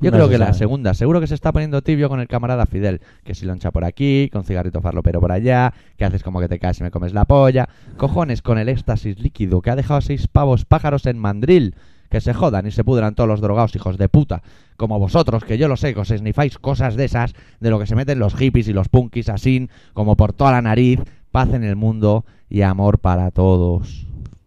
[SPEAKER 2] Yo
[SPEAKER 3] No
[SPEAKER 2] creo
[SPEAKER 3] se
[SPEAKER 2] que la
[SPEAKER 3] sabe.
[SPEAKER 2] segunda, seguro que se está poniendo tibio con el camarada Fidel, que si loncha por aquí, con cigarrito farlopero por allá, que haces como que te caes y me comes la polla, cojones con el éxtasis líquido que ha dejado a seis pavos pájaros en mandril, que se jodan y se pudran todos los drogados hijos de puta, como vosotros, que yo lo sé, que os snifáis cosas de esas, de lo que se meten los hippies y los punkis así, como por toda la nariz, paz en el mundo y amor para todos.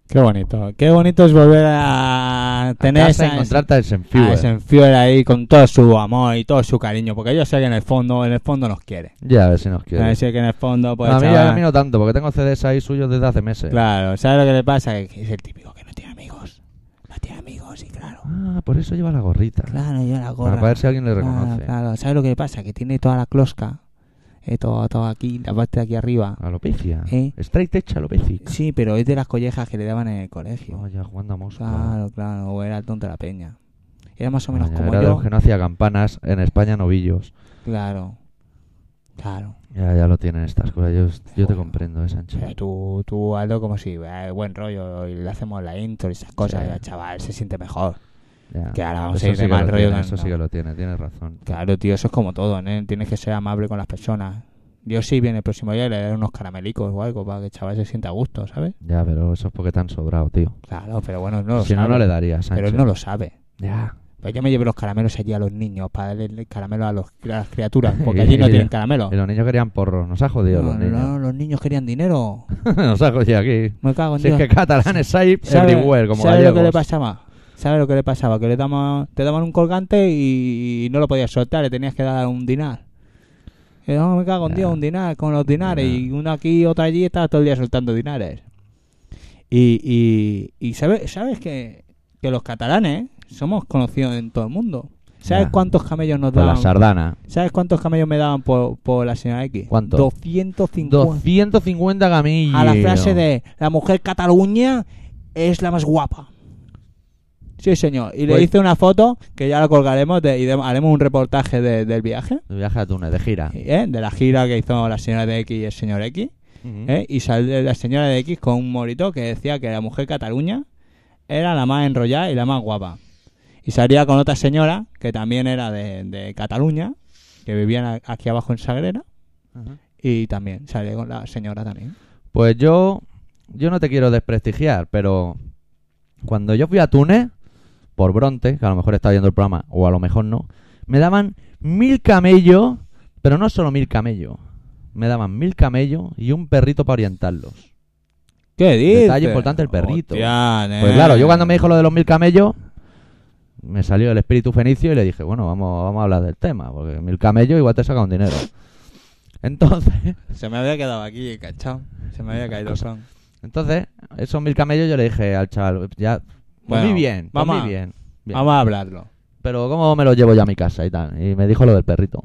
[SPEAKER 3] Qué bonito. Qué bonito es volver a tener
[SPEAKER 2] a casa y
[SPEAKER 3] esa-
[SPEAKER 2] encontrarte al
[SPEAKER 3] a
[SPEAKER 2] Senfuer.
[SPEAKER 3] Senfuer ahí con todo su amor y todo su cariño, porque yo sé que en el fondo, en el fondo nos quiere.
[SPEAKER 2] Ya, a ver si nos quiere.
[SPEAKER 3] Yo sé que en el fondo, pues,
[SPEAKER 2] a, mí,
[SPEAKER 3] chaval,
[SPEAKER 2] a mí no tanto, porque tengo CDs ahí suyos desde hace meses.
[SPEAKER 3] claro, ¿sabes lo que le pasa? Que es el típico que no tiene amigos. No tiene amigos y claro.
[SPEAKER 2] Ah, por eso lleva la gorrita.
[SPEAKER 3] Claro, yo la gorra.
[SPEAKER 2] Para ver si alguien le
[SPEAKER 3] Claro,
[SPEAKER 2] reconoce.
[SPEAKER 3] claro. ¿Sabes lo que le pasa? Que tiene toda la closca. eh, todo, todo aquí, la parte de aquí arriba.
[SPEAKER 2] Alopecia.
[SPEAKER 3] ¿Eh?
[SPEAKER 2] Straight edge alopecia.
[SPEAKER 3] Sí, pero es de las collejas que le daban en el colegio.
[SPEAKER 2] Vaya, jugando a mosca.
[SPEAKER 3] Claro, claro. O era el tonto de la peña. Era más o menos
[SPEAKER 2] Vaya,
[SPEAKER 3] como
[SPEAKER 2] era de
[SPEAKER 3] yo.
[SPEAKER 2] los que no hacía campanas. En España, novillos.
[SPEAKER 3] Claro. Claro.
[SPEAKER 2] Ya, ya lo tienen estas cosas. Yo, yo te
[SPEAKER 3] Bueno.
[SPEAKER 2] comprendo, eh, Sancho.
[SPEAKER 3] Pero tú, tú hazlo como si, eh, buen rollo, y le hacemos la intro y esas cosas, y el chaval se siente mejor.
[SPEAKER 2] Ya.
[SPEAKER 3] Que ahora vamos
[SPEAKER 2] Ah, Eso
[SPEAKER 3] a ir
[SPEAKER 2] sí
[SPEAKER 3] de
[SPEAKER 2] que
[SPEAKER 3] mal
[SPEAKER 2] lo
[SPEAKER 3] rollo.
[SPEAKER 2] tiene,
[SPEAKER 3] con-
[SPEAKER 2] Eso sí que lo tiene, tienes razón.
[SPEAKER 3] Claro, tío, eso es como todo, ¿eh? Tienes que ser amable con las personas. Yo sí, viene el próximo día y le daré unos caramelicos o algo para que el chaval se sienta a gusto, ¿sabes?
[SPEAKER 2] Ya, pero eso es porque te han sobrado, tío.
[SPEAKER 3] Claro, pero bueno, no lo
[SPEAKER 2] si no,
[SPEAKER 3] sabe.
[SPEAKER 2] no le daría, Sancho.
[SPEAKER 3] pero él no lo sabe.
[SPEAKER 2] Ya.
[SPEAKER 3] Pero yo me llevé los caramelos allí a los niños para darle caramelos a, los, a las criaturas, porque
[SPEAKER 2] Y-
[SPEAKER 3] allí no
[SPEAKER 2] y-
[SPEAKER 3] tienen caramelo.
[SPEAKER 2] Y los niños querían porros. Nos ha jodido
[SPEAKER 3] no,
[SPEAKER 2] los niños.
[SPEAKER 3] no, los niños querían dinero.
[SPEAKER 2] Nos ha jodido aquí.
[SPEAKER 3] Me cago en
[SPEAKER 2] Si es
[SPEAKER 3] Dios.
[SPEAKER 2] que catalanes hay
[SPEAKER 3] ¿Sabe-
[SPEAKER 2] everywhere, como
[SPEAKER 3] ¿sabe lo que le
[SPEAKER 2] gallegos.
[SPEAKER 3] pasaba? ¿Sabes lo que le pasaba? Que le daban, te daban un colgante y, y no lo podías soltar, le tenías que dar un dinar. Y, no, me cago en
[SPEAKER 2] Ya.
[SPEAKER 3] Dios, un dinar, con los dinares.
[SPEAKER 2] Ya.
[SPEAKER 3] Y uno aquí, otro allí, estaba todo el día soltando dinares. Y, y, y ¿sabes, sabes que, que los catalanes somos conocidos en todo el mundo. ¿Sabes
[SPEAKER 2] Ya.
[SPEAKER 3] cuántos camellos nos
[SPEAKER 2] Por la
[SPEAKER 3] daban?
[SPEAKER 2] sardana.
[SPEAKER 3] ¿Sabes cuántos camellos me daban por, por la señora X?
[SPEAKER 2] ¿Cuánto?
[SPEAKER 3] 250.
[SPEAKER 2] 250 gamillos.
[SPEAKER 3] a la frase de la mujer Cataluña es la más guapa. Sí, señor. Y le
[SPEAKER 2] Pues-
[SPEAKER 3] hice una foto que ya la colgaremos de- y de- haremos un reportaje de- del viaje,
[SPEAKER 2] De viaje a Túnez, de gira.
[SPEAKER 3] ¿eh? de la gira que hizo la señora de X y el señor X.
[SPEAKER 2] Ujú.
[SPEAKER 3] ¿eh? Y salió la señora de X con un morito que decía que la mujer Cataluña era la más enrollada y la más guapa. Y salía con otra señora que también era de, de Cataluña, que vivían a- aquí abajo en Sagrera.
[SPEAKER 2] Ajá.
[SPEAKER 3] Y también salía con la señora también.
[SPEAKER 2] Pues yo, yo no te quiero desprestigiar, pero cuando yo fui a Túnez, por Bronte, que a lo mejor está viendo el programa, o a lo mejor no, me daban mil camellos, pero no solo mil camellos. Me daban mil camellos y un perrito para orientarlos.
[SPEAKER 3] ¿Qué dices?
[SPEAKER 2] Detalle importante, el perrito.
[SPEAKER 3] Hostia, nene.
[SPEAKER 2] Pues claro, yo cuando me dijo lo de los mil camellos, me salió el espíritu fenicio y le dije, bueno, vamos, vamos a hablar del tema, porque mil camellos igual te saca un dinero. Entonces,
[SPEAKER 3] Se me había quedado aquí, cachao. Se me había caído el son.
[SPEAKER 2] entonces, esos mil camellos yo le dije al chaval, ya, pues
[SPEAKER 3] Bueno,
[SPEAKER 2] muy bien, pues
[SPEAKER 3] vamos
[SPEAKER 2] muy
[SPEAKER 3] a-
[SPEAKER 2] bien, bien.
[SPEAKER 3] Vamos a hablarlo.
[SPEAKER 2] Pero ¿cómo me los llevo yo a mi casa y tal? Y me dijo lo del perrito.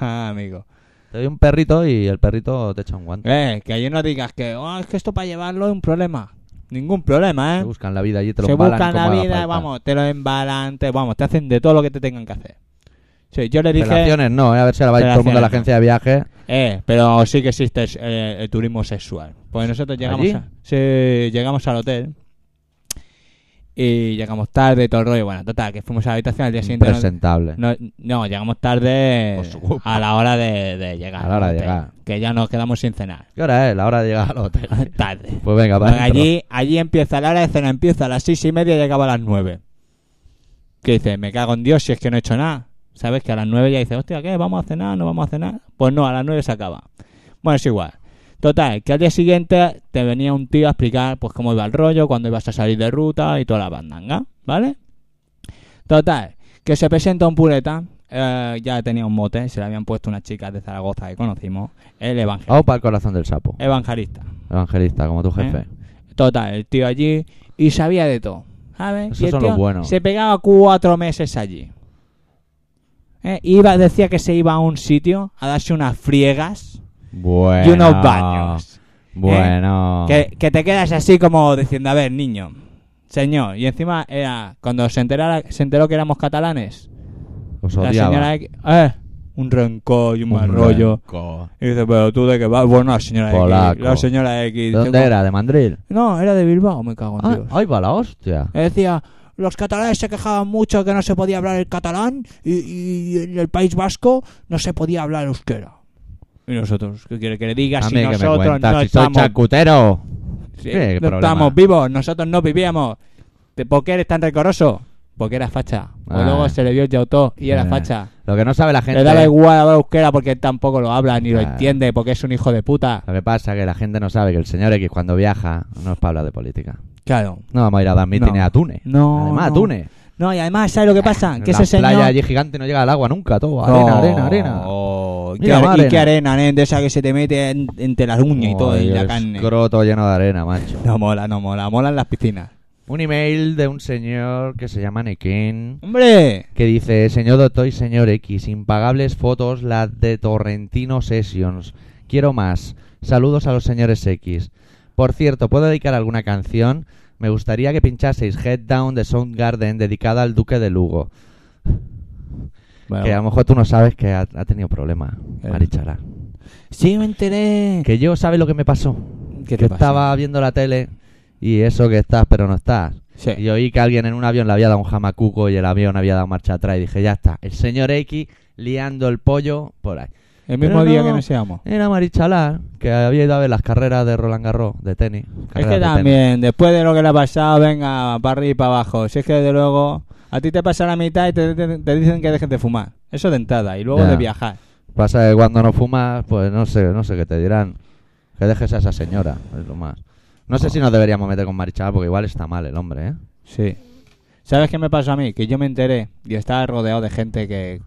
[SPEAKER 3] Amigo.
[SPEAKER 2] Te doy un perrito y el perrito te echa un guante.
[SPEAKER 3] Eh, que allí no digas que, "Oh, es que esto para llevarlo es un problema. Ningún problema,
[SPEAKER 2] Se
[SPEAKER 3] ¿eh?
[SPEAKER 2] buscan la vida allí, te lo
[SPEAKER 3] Se
[SPEAKER 2] embalan
[SPEAKER 3] buscan la
[SPEAKER 2] como haga
[SPEAKER 3] vida,
[SPEAKER 2] falta.
[SPEAKER 3] vamos, te lo embalan, te, vamos, te hacen de todo lo que te tengan que hacer. Sí, yo le dije,
[SPEAKER 2] Relaciones no, eh, a ver si ahora va a ir todo el mundo a la
[SPEAKER 3] Relaciones
[SPEAKER 2] agencia de viajes.
[SPEAKER 3] eh, pero sí que existe eh, el turismo sexual. Pues nosotros llegamos
[SPEAKER 2] ¿Allí?
[SPEAKER 3] a- sí, llegamos al hotel y llegamos tarde y todo el rollo. Bueno, total, que fuimos a la habitación al día siguiente. no-
[SPEAKER 2] Presentable.
[SPEAKER 3] No, no, llegamos tarde
[SPEAKER 2] Por su culpa.
[SPEAKER 3] a la hora de, de llegar.
[SPEAKER 2] A la hora de
[SPEAKER 3] Te-
[SPEAKER 2] llegar.
[SPEAKER 3] Que ya nos quedamos sin cenar.
[SPEAKER 2] ¿Qué hora es? La hora de llegar al hotel.
[SPEAKER 3] tarde.
[SPEAKER 2] Pues venga, para
[SPEAKER 3] Porque allí, allí empieza la hora de cenar, empieza a las seis y media y llegaba a las nueve. Que dice, me cago en Dios si es que no he hecho nada. Sabes que a las 9 ya dices, hostia, ¿qué? ¿Vamos a cenar? ¿No vamos a cenar? Pues no, a las 9 se acaba. Bueno, es igual. Total, que al día siguiente te venía un tío a explicar pues cómo iba el rollo, cuándo ibas a salir de ruta y toda la bandanga, ¿vale? Total, que se presenta un pureta, eh, ya tenía un mote, se le habían puesto unas chicas de Zaragoza que conocimos, el evangel-
[SPEAKER 2] Vamos para el corazón del sapo.
[SPEAKER 3] evangelista.
[SPEAKER 2] Evangelista, como tu jefe.
[SPEAKER 3] ¿Eh? Total, el tío allí y sabía de todo. ¿Sabes?
[SPEAKER 2] Esos
[SPEAKER 3] Y el
[SPEAKER 2] son los
[SPEAKER 3] tío
[SPEAKER 2] buenos.
[SPEAKER 3] Se pegaba cuatro meses allí. ¿Eh? Iba, decía que se iba a un sitio a darse unas friegas
[SPEAKER 2] Bueno. Ah.
[SPEAKER 3] y unos baños. ¿eh?
[SPEAKER 2] Bueno.
[SPEAKER 3] Que, que te quedas así como diciendo, a ver, niño, señor. Y encima era, cuando se, enterara, se enteró que éramos catalanes,
[SPEAKER 2] Os
[SPEAKER 3] la
[SPEAKER 2] odiaba.
[SPEAKER 3] señora... eh, un rencor y un mal
[SPEAKER 2] Un
[SPEAKER 3] rollo.
[SPEAKER 2] renco.
[SPEAKER 3] Y dice, pero tú de qué vas. Bueno, la señora
[SPEAKER 2] Polaco.
[SPEAKER 3] X. La señora X.
[SPEAKER 2] ¿De
[SPEAKER 3] dice,
[SPEAKER 2] dónde era? ¿De Mandril?
[SPEAKER 3] No, era de Bilbao, me cago en
[SPEAKER 2] Ah,
[SPEAKER 3] Dios.
[SPEAKER 2] ahí va la hostia.
[SPEAKER 3] Eh, Decía, los catalanes se quejaban mucho que no se podía hablar el catalán y, y en el País Vasco no se podía hablar euskera. ¿Y nosotros? ¿Qué quiere que le diga
[SPEAKER 2] A
[SPEAKER 3] si
[SPEAKER 2] mí que me
[SPEAKER 3] nosotros
[SPEAKER 2] cuentas,
[SPEAKER 3] no,
[SPEAKER 2] si soy
[SPEAKER 3] estamos,
[SPEAKER 2] chacutero.
[SPEAKER 3] sí,
[SPEAKER 2] ¿Qué
[SPEAKER 3] no
[SPEAKER 2] problema?
[SPEAKER 3] estamos vivos? Nosotros no vivíamos. ¿De- ¿Por qué eres tan recoroso? Porque era facha. O
[SPEAKER 2] Ah.
[SPEAKER 3] luego se le vio el yautó y era
[SPEAKER 2] Eh,
[SPEAKER 3] facha.
[SPEAKER 2] Lo que no sabe la gente.
[SPEAKER 3] Le daba igual hablar euskera porque él tampoco lo habla ni lo
[SPEAKER 2] Claro.
[SPEAKER 3] entiende porque es un hijo de puta.
[SPEAKER 2] Lo que pasa es que la gente no sabe que el señor X cuando viaja no es para hablar de política.
[SPEAKER 3] Claro.
[SPEAKER 2] No vamos a ir a dar mítines
[SPEAKER 3] No.
[SPEAKER 2] a Túnez.
[SPEAKER 3] No,
[SPEAKER 2] Además, a
[SPEAKER 3] no.
[SPEAKER 2] Túnez.
[SPEAKER 3] No, y además, ¿sabes lo que pasa? Que
[SPEAKER 2] la
[SPEAKER 3] ese señor...
[SPEAKER 2] playa allí gigante no llega al agua nunca, todo. Arena,
[SPEAKER 3] No.
[SPEAKER 2] arena, arena.
[SPEAKER 3] Oh,
[SPEAKER 2] Mira,
[SPEAKER 3] qué,
[SPEAKER 2] más
[SPEAKER 3] are- y qué arena, nen, de esa que se te mete en- entre las uñas y todo,
[SPEAKER 2] Ay,
[SPEAKER 3] y la
[SPEAKER 2] el
[SPEAKER 3] carne.
[SPEAKER 2] escroto lleno de arena, macho.
[SPEAKER 3] No mola, no mola, molan las piscinas.
[SPEAKER 2] Un email de un señor que se llama Nequén.
[SPEAKER 3] ¡Hombre!
[SPEAKER 2] Que dice, señor Doctor y señor X, impagables fotos las de Torrentino Sessions. Quiero más. Saludos a los señores X. Por cierto, ¿puedo dedicar alguna canción? Me gustaría que pinchaseis Head Down de Soundgarden dedicada al Duque de Lugo. Que a lo mejor tú no sabes que ha, ha tenido problemas,
[SPEAKER 3] Eh.
[SPEAKER 2] Marichara.
[SPEAKER 3] sí, me enteré.
[SPEAKER 2] Que yo, ¿sabes lo que me pasó?
[SPEAKER 3] ¿Qué
[SPEAKER 2] que estaba viendo la tele y eso que estás, pero no estás.
[SPEAKER 3] Sí.
[SPEAKER 2] Y oí que alguien en un avión le había dado un jamacuco y el avión había dado marcha atrás. Y dije, ya está, el señor X liando el pollo por ahí.
[SPEAKER 3] El mismo
[SPEAKER 2] Pero
[SPEAKER 3] día
[SPEAKER 2] no.
[SPEAKER 3] que nos seamos.
[SPEAKER 2] Era Marichalá, que había ido a ver las carreras de Roland Garros de tenis.
[SPEAKER 3] Es
[SPEAKER 2] carreras
[SPEAKER 3] que
[SPEAKER 2] de tenis.
[SPEAKER 3] también, después de lo que le ha pasado, venga, para arriba y para abajo. Si es que de luego, a ti te pasa la mitad y te, te- te dicen que dejes de fumar. Eso de entrada, y luego
[SPEAKER 2] Ya.
[SPEAKER 3] de viajar.
[SPEAKER 2] Pasa que cuando no fumas, pues no sé, no sé qué te dirán. Que dejes a esa señora, es lo más. No sé si nos deberíamos meter con Marichalá, porque igual está mal el hombre, ¿eh?
[SPEAKER 3] Sí. ¿Sabes qué me pasó a mí? Que yo me enteré y estaba rodeado de gente que...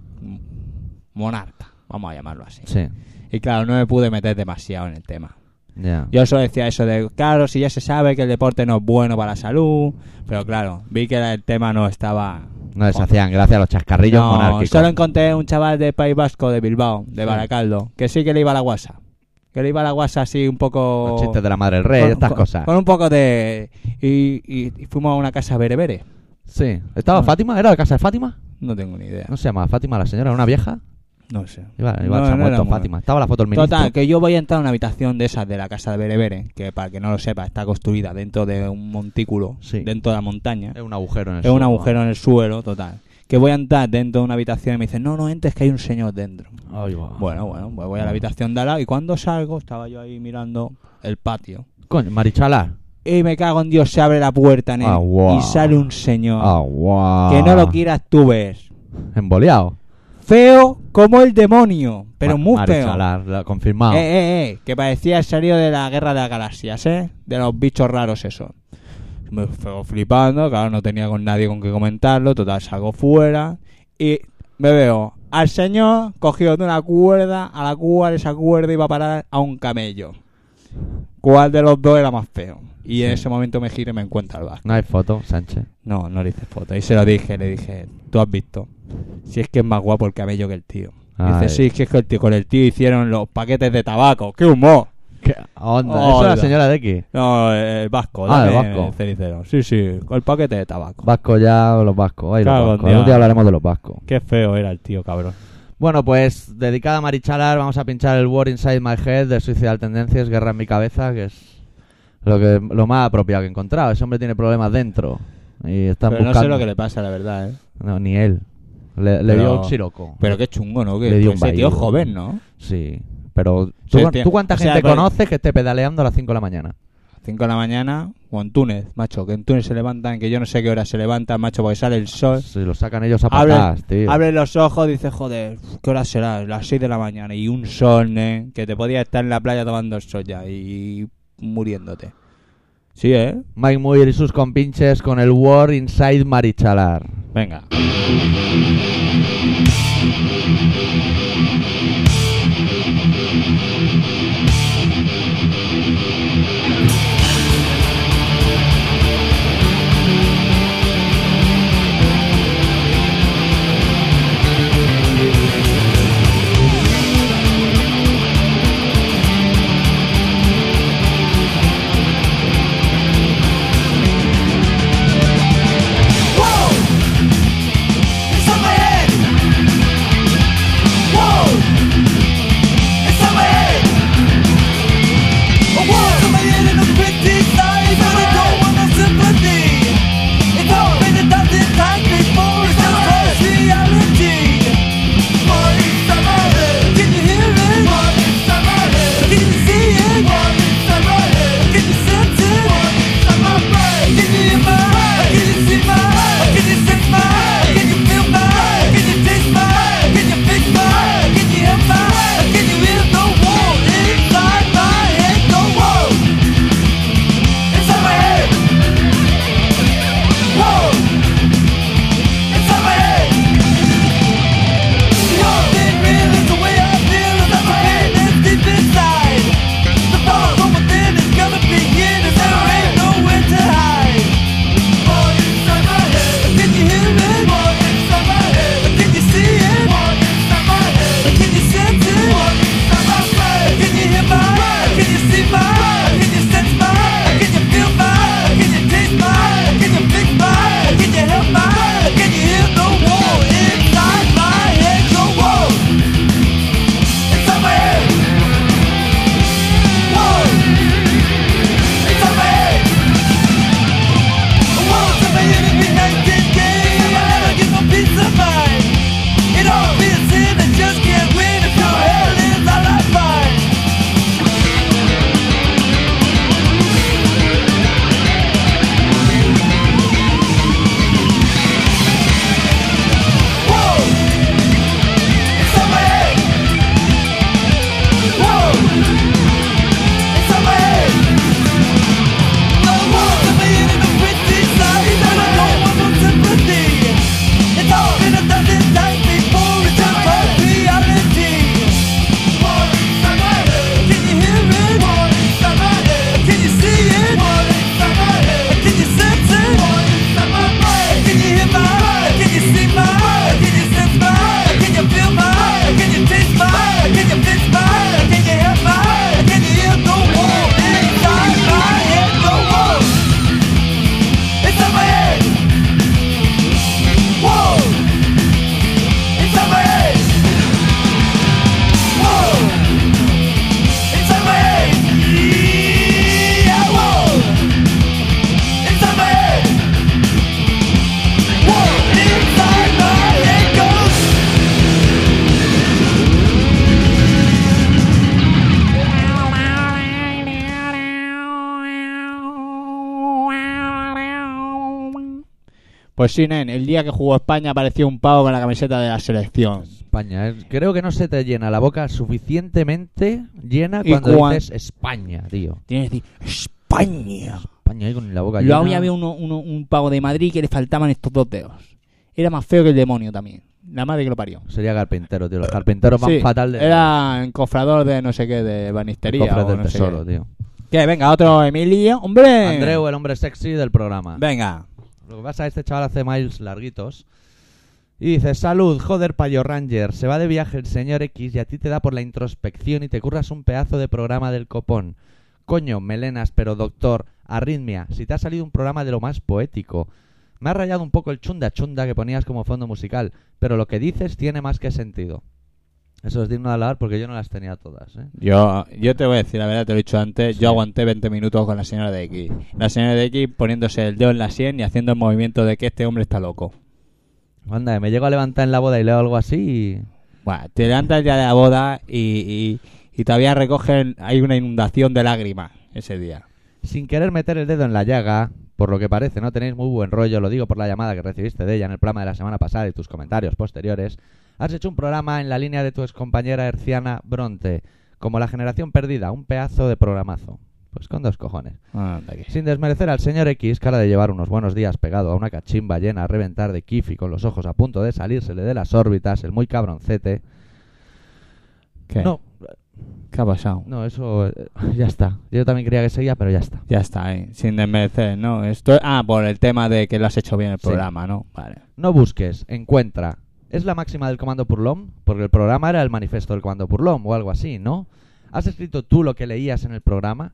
[SPEAKER 3] Monarca, vamos a llamarlo así.
[SPEAKER 2] Sí,
[SPEAKER 3] Y claro, no me pude meter demasiado en el tema.
[SPEAKER 2] ya.
[SPEAKER 3] Yo solo decía eso de, claro, si ya se sabe que el deporte no es bueno para la salud, pero claro, vi que el tema no estaba...
[SPEAKER 2] No les hacían gracia los chascarrillos
[SPEAKER 3] No,
[SPEAKER 2] monárquicos.
[SPEAKER 3] solo encontré un chaval de País Vasco, de Bilbao, de
[SPEAKER 2] Sí.
[SPEAKER 3] Baracaldo, que sí que le iba a la guasa. Que le iba a la guasa así un poco...
[SPEAKER 2] Los chistes de la madre del rey,
[SPEAKER 3] con-
[SPEAKER 2] estas
[SPEAKER 3] con-
[SPEAKER 2] cosas.
[SPEAKER 3] Con un poco de... Y, y- y fuimos a una casa berebere.
[SPEAKER 2] Sí. ¿Estaba
[SPEAKER 3] Ah.
[SPEAKER 2] Fátima? ¿Era la casa de Fátima?
[SPEAKER 3] No tengo ni idea.
[SPEAKER 2] No se llamaba Fátima la señora, ¿era una vieja.
[SPEAKER 3] No sé.
[SPEAKER 2] Igual,
[SPEAKER 3] No,
[SPEAKER 2] igual se ha
[SPEAKER 3] no
[SPEAKER 2] muerto
[SPEAKER 3] era muy-
[SPEAKER 2] Fátima. Estaba la foto del ministro.
[SPEAKER 3] Total, que yo voy a entrar a una habitación de esas de la casa de Berebere, que para que no lo sepa, está construida dentro de un montículo,
[SPEAKER 2] Sí.
[SPEAKER 3] dentro de la montaña.
[SPEAKER 2] Es un agujero en el
[SPEAKER 3] Es un
[SPEAKER 2] suelo.
[SPEAKER 3] agujero en el suelo, total. Que voy a entrar dentro de una habitación y me dicen, no, no entres, que hay un señor dentro.
[SPEAKER 2] Ay, va.
[SPEAKER 3] Bueno, bueno, pues voy a la habitación de al lado y cuando salgo, estaba yo ahí mirando el patio.
[SPEAKER 2] Coño, Marichala.
[SPEAKER 3] Y me cago en Dios, se abre la puerta, nene,
[SPEAKER 2] Ah, guau.
[SPEAKER 3] y sale un señor.
[SPEAKER 2] Ah, guau.
[SPEAKER 3] Que no lo quieras tú ver.
[SPEAKER 2] Emboleado.
[SPEAKER 3] Feo como el demonio, pero
[SPEAKER 2] Ma-
[SPEAKER 3] muy feo.
[SPEAKER 2] Marichala, la- confirmado.
[SPEAKER 3] Eh, eh, eh, que parecía el salido de la guerra de las galaxias, ¿eh? De los bichos raros, eso. Me fue flipando, claro, no tenía con nadie con que comentarlo, total, salgo fuera y me veo al señor cogido de una cuerda a la cual esa cuerda iba a parar a un camello. ¿Cuál de los dos era más feo? Y en
[SPEAKER 2] Sí.
[SPEAKER 3] ese momento me giro y me encuentro al vasco.
[SPEAKER 2] No hay foto, Sánchez.
[SPEAKER 3] No, no le hice foto. Y se lo dije, le dije, tú has visto. Si es que es más guapo el camello que el tío.
[SPEAKER 2] Ay.
[SPEAKER 3] Dice, sí, es que con el tío, con el tío hicieron los paquetes de tabaco. ¡Qué humor!
[SPEAKER 2] ¿Qué onda?
[SPEAKER 3] Hola.
[SPEAKER 2] Eso es la señora de aquí.
[SPEAKER 3] No, el vasco.
[SPEAKER 2] Ah,
[SPEAKER 3] dame
[SPEAKER 2] el vasco.
[SPEAKER 3] el cenicero. Sí, sí, con el paquete de tabaco.
[SPEAKER 2] Vasco ya, los vascos. Ay,
[SPEAKER 3] Cago en
[SPEAKER 2] los vascos.
[SPEAKER 3] Dios.
[SPEAKER 2] Un día hablaremos de los vascos.
[SPEAKER 3] Qué feo era el tío, cabrón.
[SPEAKER 2] Bueno, pues dedicada a Marichalar, vamos a pinchar el War Inside My Head de Suicidal Tendencias, Guerra en mi cabeza, que es lo que lo más apropiado que he encontrado. Ese hombre tiene problemas dentro. Y están
[SPEAKER 3] Pero no
[SPEAKER 2] buscando.
[SPEAKER 3] sé lo que le pasa, la verdad, ¿eh?
[SPEAKER 2] No, ni él. Le, le
[SPEAKER 3] Pero-
[SPEAKER 2] dio un siroco.
[SPEAKER 3] Pero qué chungo, ¿no? Que
[SPEAKER 2] Le dio
[SPEAKER 3] que
[SPEAKER 2] un
[SPEAKER 3] ese tío es
[SPEAKER 2] vaído.
[SPEAKER 3] joven, ¿no?
[SPEAKER 2] Sí. Pero
[SPEAKER 3] Sí,
[SPEAKER 2] ¿tú,
[SPEAKER 3] tío.
[SPEAKER 2] tú cuánta
[SPEAKER 3] O sea,
[SPEAKER 2] gente
[SPEAKER 3] pero-
[SPEAKER 2] conoces que esté pedaleando a las 5 de la mañana?
[SPEAKER 4] 5 de la mañana, o en Túnez, macho, que en Túnez se levantan, que yo no sé qué hora se levantan, macho, porque sale el sol.
[SPEAKER 3] Pues-
[SPEAKER 2] Si lo sacan ellos a
[SPEAKER 4] Abre,
[SPEAKER 2] patadas, tío.
[SPEAKER 4] abre los ojos, dice, joder, ¿qué hora será? Las 6 de la mañana y un sol, ¿eh? que te podías estar en la playa tomando el sol ya y muriéndote. Sí, ¿eh?
[SPEAKER 2] Mike Muir y sus compinches con el War Inside Marichalar.
[SPEAKER 4] Venga. Pues sí, nen, el día que jugó España apareció un pavo con la camiseta de la selección.
[SPEAKER 2] España. eh. Creo que no se te llena la boca suficientemente llena
[SPEAKER 4] Y
[SPEAKER 2] cuando
[SPEAKER 4] cuan-
[SPEAKER 2] dices España, tío.
[SPEAKER 4] Tienes que decir, España.
[SPEAKER 2] España ahí con la boca
[SPEAKER 4] Luego
[SPEAKER 2] llena.
[SPEAKER 4] había uno, uno- un pavo de Madrid que le faltaban estos dos dedos. Era más feo que el demonio también. La madre que lo parió.
[SPEAKER 2] Sería carpintero, tío. Los carpinteros
[SPEAKER 4] Sí,
[SPEAKER 2] más fatal de...
[SPEAKER 4] Era encofrador de no sé qué, de
[SPEAKER 2] de
[SPEAKER 4] banistería.
[SPEAKER 2] cofres
[SPEAKER 4] o
[SPEAKER 2] del
[SPEAKER 4] no sé
[SPEAKER 2] tesoro,
[SPEAKER 4] qué. Eh.
[SPEAKER 2] tío.
[SPEAKER 4] Que venga, otro Emilio. ¡Hombre!
[SPEAKER 2] Andreu, el hombre sexy del programa.
[SPEAKER 4] Venga.
[SPEAKER 2] Lo que pasa, este chaval hace miles larguitos. Y dice, salud, joder, payo ranger. Se va de viaje el señor X y a ti te da por la introspección y te curras un pedazo de programa del copón. Coño, melenas, pero doctor, arritmia, si te ha salido un programa de lo más poético. Me ha rayado un poco el chunda chunda que ponías como fondo musical, pero lo que dices tiene más que sentido. Eso es digno de alabar porque yo no las tenía todas, ¿eh?
[SPEAKER 4] Yo, yo te voy a decir la verdad, te lo he dicho antes.
[SPEAKER 2] Sí.
[SPEAKER 4] Yo aguanté 20 minutos con la señora de X. La señora de X poniéndose el dedo en la sien y haciendo el movimiento de que este hombre está loco.
[SPEAKER 2] Anda, me llego a levantar en la boda y leo algo así y...
[SPEAKER 4] Bueno, te levantas ya de la boda y, y- y todavía recogen. Hay una inundación de lágrimas ese día.
[SPEAKER 2] Sin querer meter el dedo en la llaga, por lo que parece no tenéis muy buen rollo, lo digo por la llamada que recibiste de ella en el programa de la semana pasada y tus comentarios posteriores, has hecho un programa en la línea de tu excompañera herciana Bronte, como La Generación Perdida, un pedazo de programazo. Pues con dos cojones. Sin desmerecer al señor X, cara de llevar unos buenos días pegado a una cachimba llena a reventar de kifi con los ojos a punto de salírsele de las órbitas, el muy cabroncete.
[SPEAKER 3] ¿Qué?
[SPEAKER 2] No,
[SPEAKER 3] ¿Qué ha pasado?
[SPEAKER 2] no, eso eh, ya está. Yo también creía que seguía, pero ya está.
[SPEAKER 3] Ya está, ¿eh? sin desmerecer, ¿no? Esto... Ah, por el tema de que lo has hecho bien el
[SPEAKER 2] Sí.
[SPEAKER 3] programa, ¿no? Vale.
[SPEAKER 2] No busques, encuentra. Es la máxima del comando Purlom, porque el programa era el manifiesto del comando Purlom o algo así, ¿no? ¿Has escrito tú lo que leías en el programa?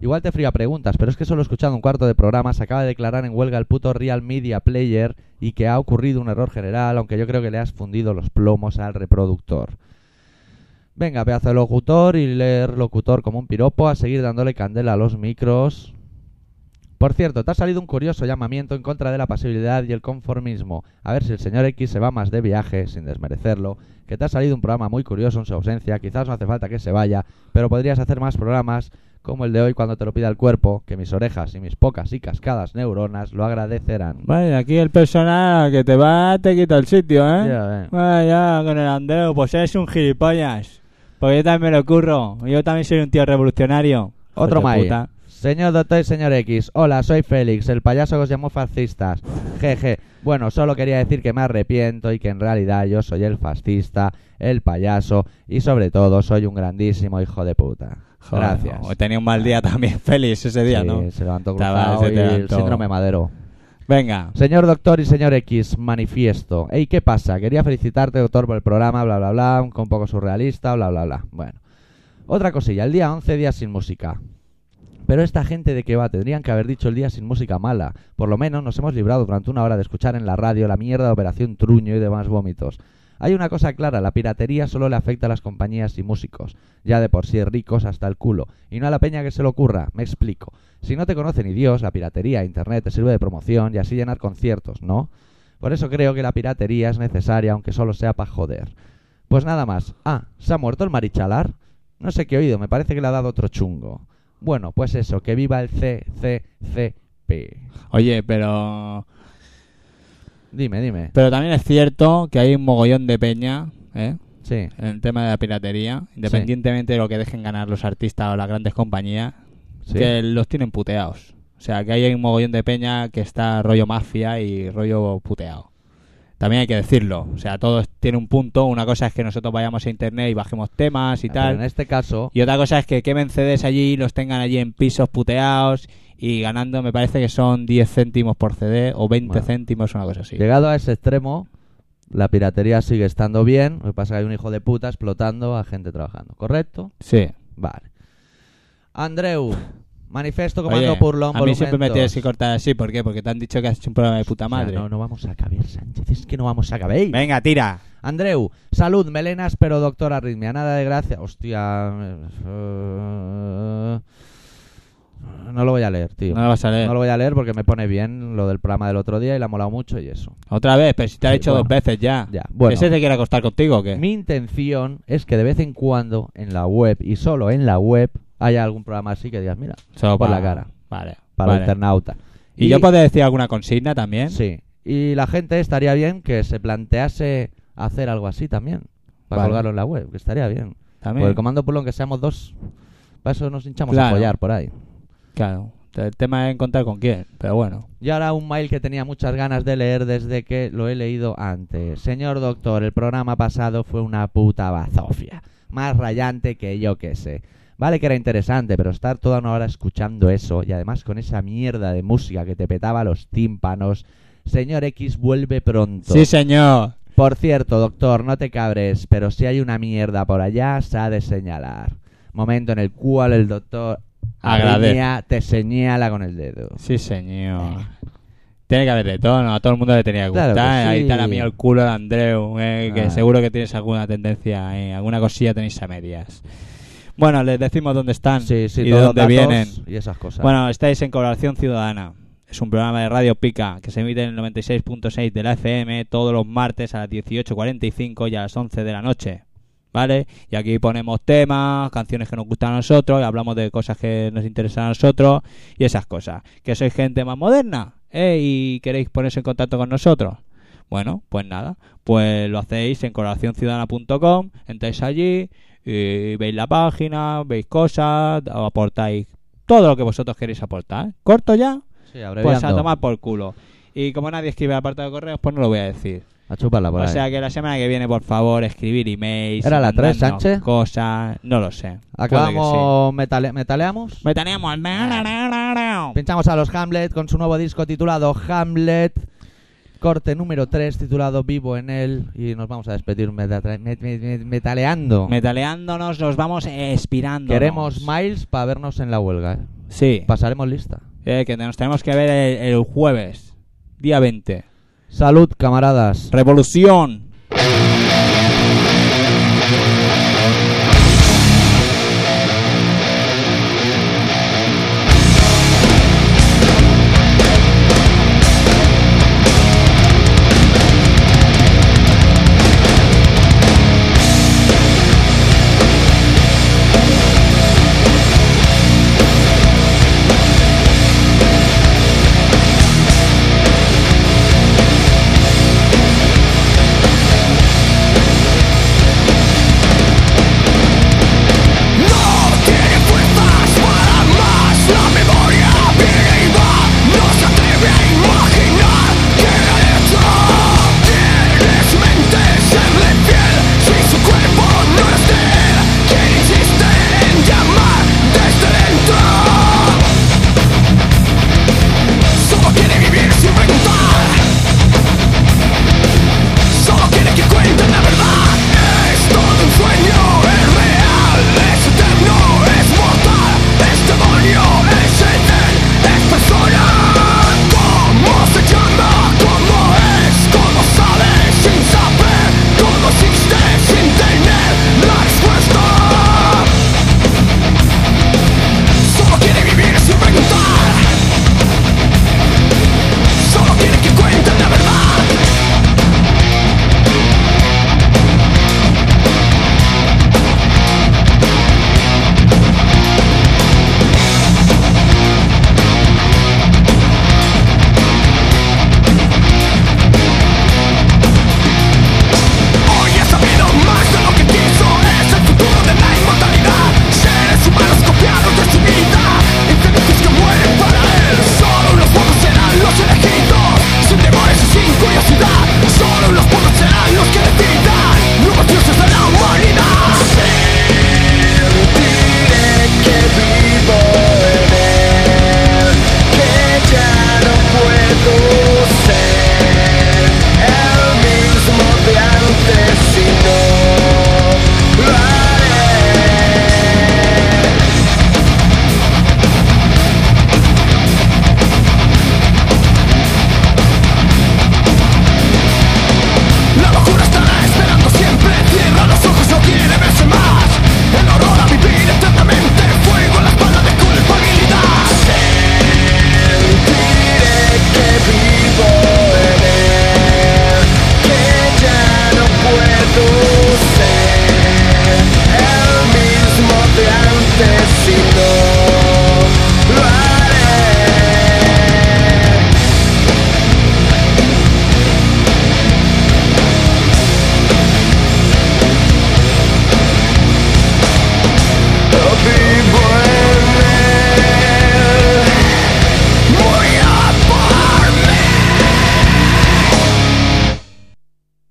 [SPEAKER 2] Igual te fría preguntas, pero es que solo escuchando un cuarto de programa se acaba de declarar en huelga el puto Real Media Player y que ha ocurrido un error general, aunque yo creo que le has fundido los plomos al reproductor. Venga, pedazo de locutor y leer locutor como un piropo, a seguir dándole candela a los micros. Por cierto, te ha salido un curioso llamamiento en contra de la pasibilidad y el conformismo. A ver si el señor X se va más de viaje, sin desmerecerlo. Que te ha salido un programa muy curioso en su ausencia. Quizás no hace falta que se vaya, pero podrías hacer más programas como el de hoy cuando te lo pida el cuerpo, que mis orejas y mis pocas y cascadas neuronas lo agradecerán.
[SPEAKER 3] Vale, aquí el personal que te va te quita el sitio, ¿eh?
[SPEAKER 2] Ya, eh.
[SPEAKER 3] Vaya, con el andeo, pues eres un gilipollas. Porque yo también me lo curro. Yo también soy un tío revolucionario.
[SPEAKER 2] Otro
[SPEAKER 3] Hijo de
[SPEAKER 2] mail.
[SPEAKER 3] puta.
[SPEAKER 2] Señor Doctor y señor X, hola, soy Félix, el payaso que os llamó fascistas. Jeje, bueno, solo quería decir que me arrepiento y que en realidad yo soy el fascista, el payaso y sobre todo soy un grandísimo hijo de puta.
[SPEAKER 3] Joder,
[SPEAKER 2] Gracias.
[SPEAKER 3] no, tenía un mal día también, Félix, ese día,
[SPEAKER 2] Sí,
[SPEAKER 3] ¿no?
[SPEAKER 2] Se levantó
[SPEAKER 3] Estaba-
[SPEAKER 2] cruzado
[SPEAKER 3] se
[SPEAKER 2] y
[SPEAKER 3] te
[SPEAKER 2] el
[SPEAKER 3] levantó.
[SPEAKER 2] síndrome madero.
[SPEAKER 3] Venga.
[SPEAKER 2] Señor doctor y señor X, manifiesto. Ey, ¿qué pasa? Quería felicitarte, doctor, por el programa, bla, bla, bla, un un poco surrealista, bla, bla, bla. Bueno. Otra cosilla, el día 11, días sin música. Pero esta gente de qué va, tendrían que haber dicho el día sin música mala. Por lo menos nos hemos librado durante una hora de escuchar en la radio la mierda de Operación Truño y demás vómitos. Hay una cosa clara, la piratería solo le afecta a las compañías y músicos, ya de por sí ricos hasta el culo, y no a la peña que se le ocurra, me explico. Si no te conoce ni Dios, la piratería, e Internet te sirve de promoción y así llenar conciertos, ¿no? Por eso creo que la piratería es necesaria, aunque solo sea para joder. Pues nada más. Ah, ¿se ha muerto el marichalar? No sé qué he oído, me parece que le ha dado otro chungo. Bueno, pues eso, que viva el CCCP.
[SPEAKER 3] Oye, pero.
[SPEAKER 2] Dime, dime.
[SPEAKER 3] Pero también es cierto que hay un mogollón de peña, ¿eh?
[SPEAKER 2] Sí,
[SPEAKER 3] En el tema de la piratería, independientemente de lo que dejen ganar los artistas o las grandes compañías,
[SPEAKER 2] sí.
[SPEAKER 3] que los tienen puteados. O sea, que ahí hay un mogollón de peña que está rollo mafia y rollo puteado. También hay que decirlo. O sea, todo es- tiene un punto. Una cosa es que nosotros vayamos a internet y bajemos temas y
[SPEAKER 2] Ah, pero
[SPEAKER 3] tal.
[SPEAKER 2] En este caso,
[SPEAKER 3] Y otra cosa es que quemen CDs allí y los tengan allí en pisos puteados y ganando, me parece que son 10 céntimos por CD o 20
[SPEAKER 2] Bueno.
[SPEAKER 3] céntimos, una cosa así.
[SPEAKER 2] llegado a ese extremo, la piratería sigue estando bien. Lo que pasa es que hay un hijo de puta explotando a gente trabajando, ¿correcto?
[SPEAKER 3] Sí.
[SPEAKER 2] Vale. Andreu, manifiesto comando
[SPEAKER 3] Oye,
[SPEAKER 2] Purlón,
[SPEAKER 3] a mí siempre me
[SPEAKER 2] volumen
[SPEAKER 3] tienes
[SPEAKER 2] dos.
[SPEAKER 3] que cortar así. ¿Por qué? Porque te han dicho que has hecho un programa de puta
[SPEAKER 2] O sea,
[SPEAKER 3] madre.
[SPEAKER 2] no, no vamos a acabar, Sánchez. Es que no vamos a acabar.
[SPEAKER 3] Venga, tira.
[SPEAKER 2] Andreu, salud, melenas, pero doctor arritmia. Nada de gracia. Hostia. eh, No lo voy a leer, tío.
[SPEAKER 3] No eh. lo vas a leer.
[SPEAKER 2] No lo voy a leer porque me pone bien lo del programa del otro día y la ha molado mucho y eso.
[SPEAKER 3] Otra vez, pero si te has
[SPEAKER 2] Sí,
[SPEAKER 3] hecho dos
[SPEAKER 2] bueno.
[SPEAKER 3] veces ya.
[SPEAKER 2] Ya, bueno.
[SPEAKER 3] ¿Ese te quiere acostar contigo o qué?
[SPEAKER 2] Mi intención es que de vez en cuando en la web y solo en la web haya algún programa así que digas, mira,
[SPEAKER 3] Solo
[SPEAKER 2] por
[SPEAKER 3] para-
[SPEAKER 2] la cara.
[SPEAKER 3] Vale.
[SPEAKER 2] para el
[SPEAKER 3] vale.
[SPEAKER 2] internauta.
[SPEAKER 3] ¿Y, yo puedo decir alguna consigna también?
[SPEAKER 2] Sí. Y la gente estaría bien que se plantease hacer algo así también. Para
[SPEAKER 3] Vale.
[SPEAKER 2] colgarlo en la web, que estaría bien.
[SPEAKER 3] También.
[SPEAKER 2] Por el comando Pulón, que seamos dos. Para eso nos hinchamos
[SPEAKER 3] Claro.
[SPEAKER 2] a follar por ahí.
[SPEAKER 3] Claro. El tema es encontrar con quién, pero bueno.
[SPEAKER 2] Y ahora un mail que tenía muchas ganas de leer desde que lo he leído antes. Señor doctor, el programa pasado fue una puta bazofia. Más rayante que yo que sé. Vale que era interesante, pero estar toda una hora escuchando eso y además con esa mierda de música que te petaba los tímpanos. Señor X vuelve pronto.
[SPEAKER 3] Sí, señor.
[SPEAKER 2] Por cierto, doctor, no te cabres, pero si hay una mierda por allá, se ha de señalar. Momento en el cual el doctor
[SPEAKER 3] Agradece.
[SPEAKER 2] Arritmia te señala con el dedo.
[SPEAKER 3] Sí, señor. Tiene que haber de todo, ¿no? A todo el mundo le tenía que
[SPEAKER 2] Eh. Claro
[SPEAKER 3] gustar.
[SPEAKER 2] que
[SPEAKER 3] Ahí
[SPEAKER 2] sí.
[SPEAKER 3] está la mía el culo de Andreu, eh, que
[SPEAKER 2] Ah.
[SPEAKER 3] seguro que tienes alguna tendencia, eh, alguna cosilla tenéis a medias. Bueno, les decimos dónde están
[SPEAKER 2] Sí, sí,
[SPEAKER 3] y de
[SPEAKER 2] todos
[SPEAKER 3] dónde
[SPEAKER 2] datos
[SPEAKER 3] vienen.
[SPEAKER 2] Y esas cosas.
[SPEAKER 3] Bueno, estáis en Colaboración Ciudadana. Es un programa de Radio Pica que se emite en el 96.6 de la FM todos los martes a las 18.45 y a las 11 de la noche. ¿vale? Y aquí ponemos temas, canciones que nos gustan a nosotros, y hablamos de cosas que nos interesan a nosotros y esas cosas. Que sois gente más moderna, ¿eh? Y queréis ponerse en contacto con nosotros. Bueno, pues nada, pues lo hacéis en colaboracionciudadana.com, entráis allí y veis la página, veis cosas, o aportáis todo lo que vosotros queréis aportar. ¿Corto ya?
[SPEAKER 2] Sí,
[SPEAKER 3] Pues
[SPEAKER 2] abreviando.
[SPEAKER 3] a tomar por culo. Y como nadie escribe el apartado de correos, pues no lo voy a decir.
[SPEAKER 2] A chuparla por
[SPEAKER 3] O
[SPEAKER 2] ahí.
[SPEAKER 3] sea que la semana que viene, por favor, escribir emails.
[SPEAKER 2] Ah, ¿Era la tres,
[SPEAKER 3] mandarnos
[SPEAKER 2] Sánchez?
[SPEAKER 3] Cosas, no lo sé. Puede
[SPEAKER 2] Acabamos, metale- metaleamos.
[SPEAKER 3] que sí. Metaneamos.
[SPEAKER 2] Pinchamos a los Hamlet con su nuevo disco titulado Hamlet, corte número 3 titulado Vivo en él. Y nos vamos a despedir meta- met- met- met- metaleando.
[SPEAKER 3] Metaleándonos, nos vamos expirando.
[SPEAKER 2] Queremos Miles para vernos en la huelga. ¿eh?
[SPEAKER 3] Sí.
[SPEAKER 2] Pasaremos lista.
[SPEAKER 3] Eh, que nos tenemos que ver el, el jueves, día 20.
[SPEAKER 2] Salud, camaradas.
[SPEAKER 3] Revolución.